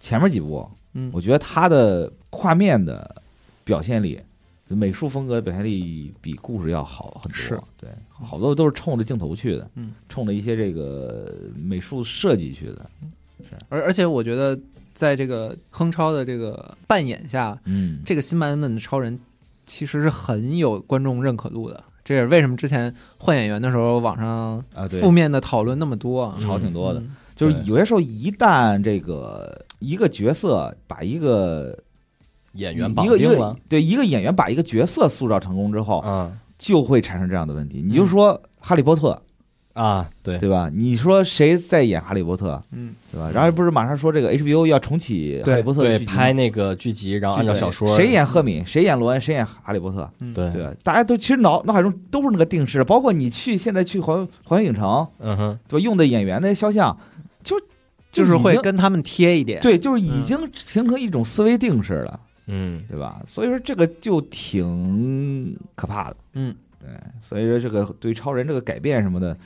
Speaker 6: 前面几部，
Speaker 3: 嗯
Speaker 6: 我觉得他的画面的表现力。就美术风格的表现力比故事要好很多，
Speaker 3: 是
Speaker 6: 对，好多都是冲着镜头去的，
Speaker 3: 嗯，
Speaker 6: 冲着一些这个美术设计去的，
Speaker 3: 而而且我觉得，在这个亨超的这个扮演下，
Speaker 6: 嗯，
Speaker 3: 这个新版本的超人其实是很有观众认可度的。这也是为什么之前换演员的时候，网上
Speaker 6: 啊，对，
Speaker 3: 负面的讨论那么多啊。
Speaker 6: 吵挺多的，
Speaker 3: 嗯
Speaker 6: 就是有些时候，一旦这个一个角色把一个
Speaker 5: 演
Speaker 6: 演
Speaker 5: 员绑
Speaker 6: 一个一
Speaker 5: 定了
Speaker 6: 个，对一个演员把一个角色塑造成功之后，
Speaker 5: 啊
Speaker 6: 就会产生这样的问题。你就说《哈利波特
Speaker 5: 啊，》，嗯对，
Speaker 6: 对吧？你说谁在演《哈利波特》，
Speaker 3: 嗯，
Speaker 6: 对吧？然后不是马上说这个 HBO 要重启《哈利波特》
Speaker 5: 对
Speaker 6: 的剧集吗
Speaker 5: 拍那个剧集，然后按照小说，嗯
Speaker 6: 谁演赫敏，谁演罗恩，谁演哈利波特，
Speaker 3: 嗯
Speaker 5: 对，
Speaker 6: 对吧？大家都其实脑脑海中都是那个定式，包括你去现在去环环球影城，
Speaker 5: 嗯哼，
Speaker 6: 对吧？用的演员的肖像，就
Speaker 3: 就是
Speaker 6: 已
Speaker 3: 会
Speaker 6: 经
Speaker 3: 跟他们贴一点。
Speaker 6: 对，就是已经形成一种思维定式了，
Speaker 5: 嗯，
Speaker 6: 对吧？所以说这个就挺可怕的，
Speaker 3: 嗯，
Speaker 6: 对，所以说这个对超人这个改变什么的，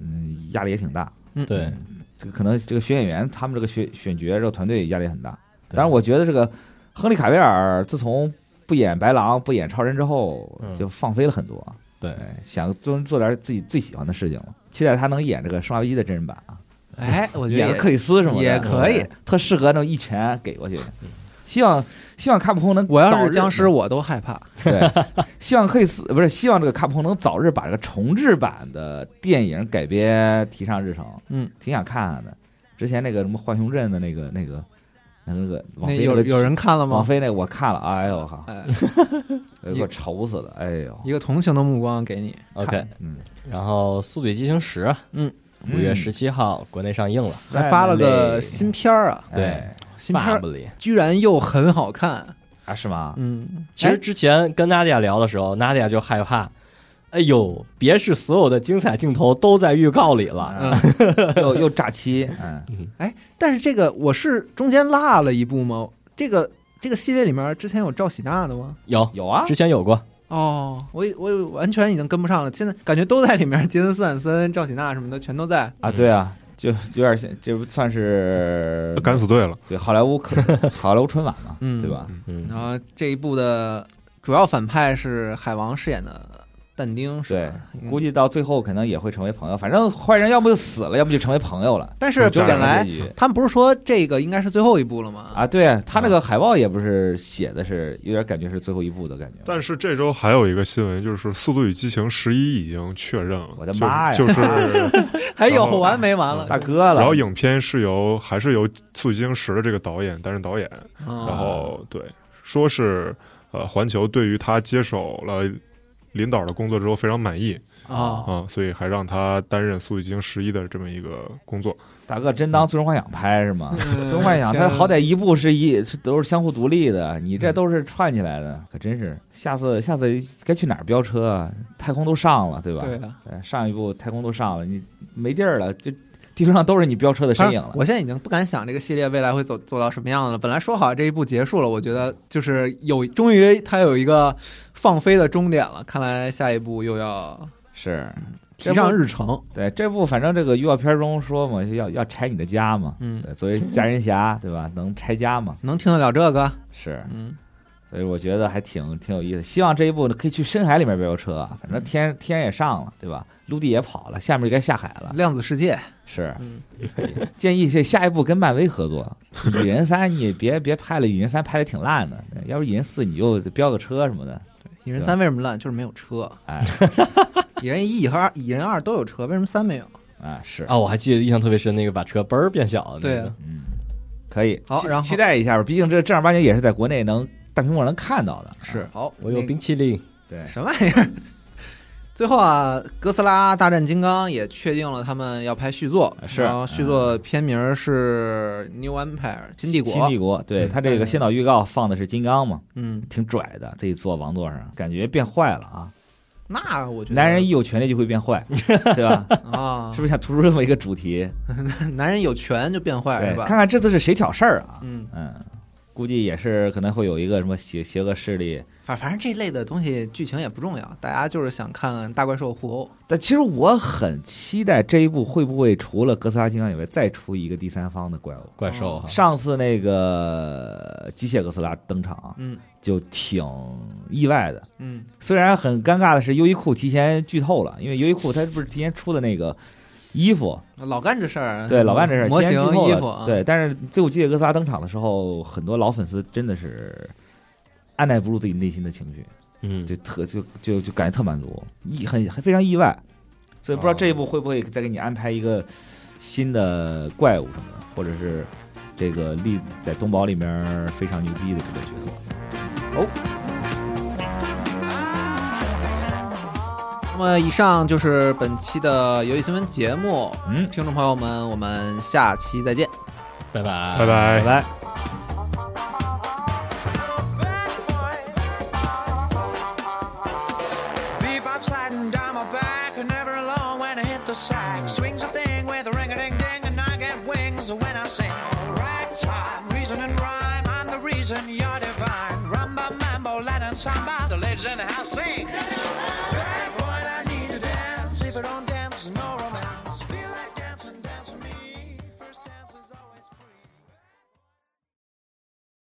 Speaker 6: 嗯，压力也挺大。
Speaker 5: 对，
Speaker 6: 嗯这个可能这个选演员他们这个选选角这个团队压力很大。
Speaker 5: 对
Speaker 6: 当然，我觉得这个亨利卡维尔自从不演白狼、不演超人之后
Speaker 5: 嗯，
Speaker 6: 就放飞了很多，
Speaker 5: 对
Speaker 6: 哎想做做点自己最喜欢的事情了。期待他能演这个《生化危机》的真人版啊，
Speaker 3: 哎，我觉
Speaker 6: 演
Speaker 3: 得
Speaker 6: 个
Speaker 3: 也
Speaker 6: 克里斯什么的
Speaker 3: 也可以嗯
Speaker 6: 对特适合那种一拳给过去。希望希望卡普空能
Speaker 3: 我要
Speaker 6: 早
Speaker 3: 是
Speaker 6: 日
Speaker 3: 僵尸，我都害怕。
Speaker 6: 对，希望克里斯不是希望这个卡普空能早日把这个重制版的电影改编提上日程。
Speaker 3: 嗯，
Speaker 6: 挺想看看的。之前那个什么浣熊镇的那个那个那个那个王
Speaker 3: 那
Speaker 6: 菲
Speaker 3: 有
Speaker 6: 那个
Speaker 3: 有人看了
Speaker 6: 王
Speaker 3: 吗？
Speaker 6: 菲那个我看了，哎呦我靠，
Speaker 3: 哎，
Speaker 6: 给我愁死了，哎呦
Speaker 3: 一个同情的目光给你。
Speaker 5: ，OK，
Speaker 6: 嗯，
Speaker 5: 然后《速度与激情十》，啊
Speaker 3: 嗯，
Speaker 5: 五月十七号国内上映了，
Speaker 3: 还发了个新片儿啊，
Speaker 5: 对
Speaker 6: 哎
Speaker 3: 新片儿
Speaker 5: Family。
Speaker 3: 居然又很好看。
Speaker 6: 啊是吗？
Speaker 3: 嗯，
Speaker 5: 其实之前跟 Nadia 聊的时候，Nadia 就害怕，哎呦，别是所有的精彩镜头都在预告里了，
Speaker 6: 嗯， [laughs] 又又炸期，嗯，
Speaker 3: 但是这个我是中间落了一步吗？这个这个系列里面之前有赵喜娜的吗？
Speaker 5: 有
Speaker 6: 有啊
Speaker 5: 之，前有过，
Speaker 3: 哦，我以我以为完全已经跟不上了，现在感觉都在里面，杰森斯坦森、赵喜娜什么的全都在。
Speaker 6: 啊对啊，就有点像，这不算是
Speaker 4: 敢死队了。
Speaker 6: 对好莱
Speaker 3: [laughs]
Speaker 6: 坞可好莱坞春晚嘛，
Speaker 3: 呃嗯
Speaker 6: 对吧？
Speaker 5: 嗯
Speaker 3: 然后这一部的主要反派是海王饰演的但丁，是
Speaker 6: 对
Speaker 3: 吧？，
Speaker 6: 估
Speaker 3: 计，
Speaker 6: 计到最后可能也会成为朋友，反正坏人要不就死了，要不就成为朋友了。
Speaker 3: 但是
Speaker 6: 就这
Speaker 3: 本
Speaker 6: 样的
Speaker 3: 来
Speaker 6: 结局
Speaker 3: 他们不是说这个应该是最后一部了吗？
Speaker 6: 啊，对他那个海报也不是写的是有点感觉是最后一部的感觉，
Speaker 4: 但是这周还有一个新闻，就是《速度与激情十一》已经确认了。
Speaker 6: 我的妈呀 [laughs]
Speaker 4: 就是就是，
Speaker 3: 还有
Speaker 4: 然后
Speaker 3: 哎完没完了？
Speaker 6: 嗯大哥
Speaker 4: 然
Speaker 6: 了
Speaker 4: 后，影片是由还是由《速度与激情十》的这个导演担任
Speaker 6: 啊
Speaker 4: 导演，然
Speaker 3: 然
Speaker 4: 后对，说是呃，环球对于他接手了领导的工作之后非常满意
Speaker 3: 啊，
Speaker 4: 啊、所以还让他担任《速度与激情十一》的这么一个工作。
Speaker 6: 大哥真当《最终幻想》拍是吗？
Speaker 3: 嗯
Speaker 6: 《最终幻想》
Speaker 3: 天嗯
Speaker 6: 它好歹一部是一是都是相互独立的，你这都是串起来的，可真是。下次下次该去哪儿飙车啊？太空都上了，对吧？
Speaker 3: 对啊，
Speaker 6: 对，上一部太空都上了，你没地儿了，就地球上都是你飙车的身影了。
Speaker 3: 啊我现在已经不敢想这个系列未来会走走到什么样了。本来说好这一部结束了，我觉得就是有，终于它有一个放飞的终点了。看来下一步又要
Speaker 6: 是
Speaker 3: 提上日程，
Speaker 6: 对这部反正这个预告片中说嘛，要要拆你的家嘛，
Speaker 3: 嗯，
Speaker 6: 对，作为家人侠对吧，能拆家嘛，
Speaker 3: 能听得了这个？
Speaker 6: 是，
Speaker 3: 嗯，
Speaker 6: 所以我觉得还挺挺有意思。希望这一部呢可以去深海里面飙飙车啊，反
Speaker 3: 嗯
Speaker 6: 正天天也上了对吧，陆地也跑了，下面就该下海了，
Speaker 3: 量子世界，
Speaker 6: 是。
Speaker 3: 嗯，
Speaker 6: 建议这下一步跟漫威合作，《蚁人三》你别别拍了，《蚁人三》拍的挺烂的，对要不《蚁人四》你就飙个车什么的，
Speaker 3: 蚁人三为什么烂？就是没有车。
Speaker 6: 哎
Speaker 3: [laughs] 蚁人一、蚁和二、蚁人二都有车，为什么三没有？
Speaker 6: 啊是，
Speaker 5: 啊，我还记得印象特别深，那个把车嘣儿变小，
Speaker 3: 对
Speaker 5: 那个
Speaker 3: 啊，
Speaker 6: 嗯，可以，
Speaker 3: 好
Speaker 6: 期
Speaker 3: 然后
Speaker 6: 期待一下吧，毕竟这正儿八经也是在国内能大屏幕能看到的，啊
Speaker 3: 是好，
Speaker 5: 我有
Speaker 3: 那
Speaker 5: 冰淇淋，
Speaker 6: 对，
Speaker 3: 什么玩意儿？ [laughs] 最后啊，哥斯拉大战金刚也确定了他们要拍续作，
Speaker 6: 啊是嗯
Speaker 3: 然后续作片名是 New Empire 新帝国，
Speaker 6: 新帝国，对
Speaker 4: 嗯
Speaker 6: 他这个先导预告放的是金刚嘛，
Speaker 3: 嗯，
Speaker 6: 挺拽的，自己坐王座上，感觉变坏了啊，
Speaker 3: 那我觉得
Speaker 6: 男人一有权利就会
Speaker 3: [laughs]
Speaker 6: 变坏，对吧？
Speaker 3: 啊 [laughs]
Speaker 6: 是，不是想突出这么一个主题？
Speaker 3: 男人有权就变坏
Speaker 6: 对
Speaker 3: 是，吧？
Speaker 6: 看看这次是谁挑事儿啊？
Speaker 3: 嗯，
Speaker 6: 嗯，估计也是可能会有一个什么邪邪恶势力。
Speaker 3: 反反正这类的东西剧情也不重要，大家就是想看看大怪兽互殴。
Speaker 6: 但其实我很期待这一部会不会除了哥斯拉、金刚以外，再出一个第三方的怪物。
Speaker 5: 怪兽哈，
Speaker 6: 上次那个机械哥斯拉登场啊
Speaker 3: 嗯
Speaker 6: 就挺意外的，
Speaker 3: 嗯，
Speaker 6: 虽然很尴尬的是优衣库提前剧透了，因为优衣库它不是提前出的那个衣服，
Speaker 3: 老干这事儿，
Speaker 6: 对老干这事儿
Speaker 3: 模
Speaker 6: 提前
Speaker 3: 型
Speaker 6: 剧透
Speaker 3: 衣
Speaker 6: 了
Speaker 3: 服啊，
Speaker 6: 对，但是最后机械哥斯拉登场的时候，很多老粉丝真的是按耐不住自己内心的情绪。
Speaker 5: 嗯，
Speaker 6: 就特就就就感觉特满足，意很很非常意外，所以不知道
Speaker 5: 哦
Speaker 6: 这一步会不会再给你安排一个新的怪物什么的，或者是这个力在东宝里面非常牛逼的这个角色。
Speaker 3: 那么以上就是本期的游戏新闻节目，
Speaker 6: 嗯，
Speaker 3: 听众朋友们，我们下期再见。
Speaker 5: 拜拜，
Speaker 4: 拜。拜
Speaker 6: 啊拜。拜。
Speaker 7: Beep, I'm sliding down my back, and never alone when I hit the sack. Swings a thing with a ring a ding ding, and I get wings when I sing. Ragtime, reason and rhyme, I'm the reason you're divine. Rumba, mambo, Latin samba, the ladies in the house sing. Bad boy, I need to dance. If I don't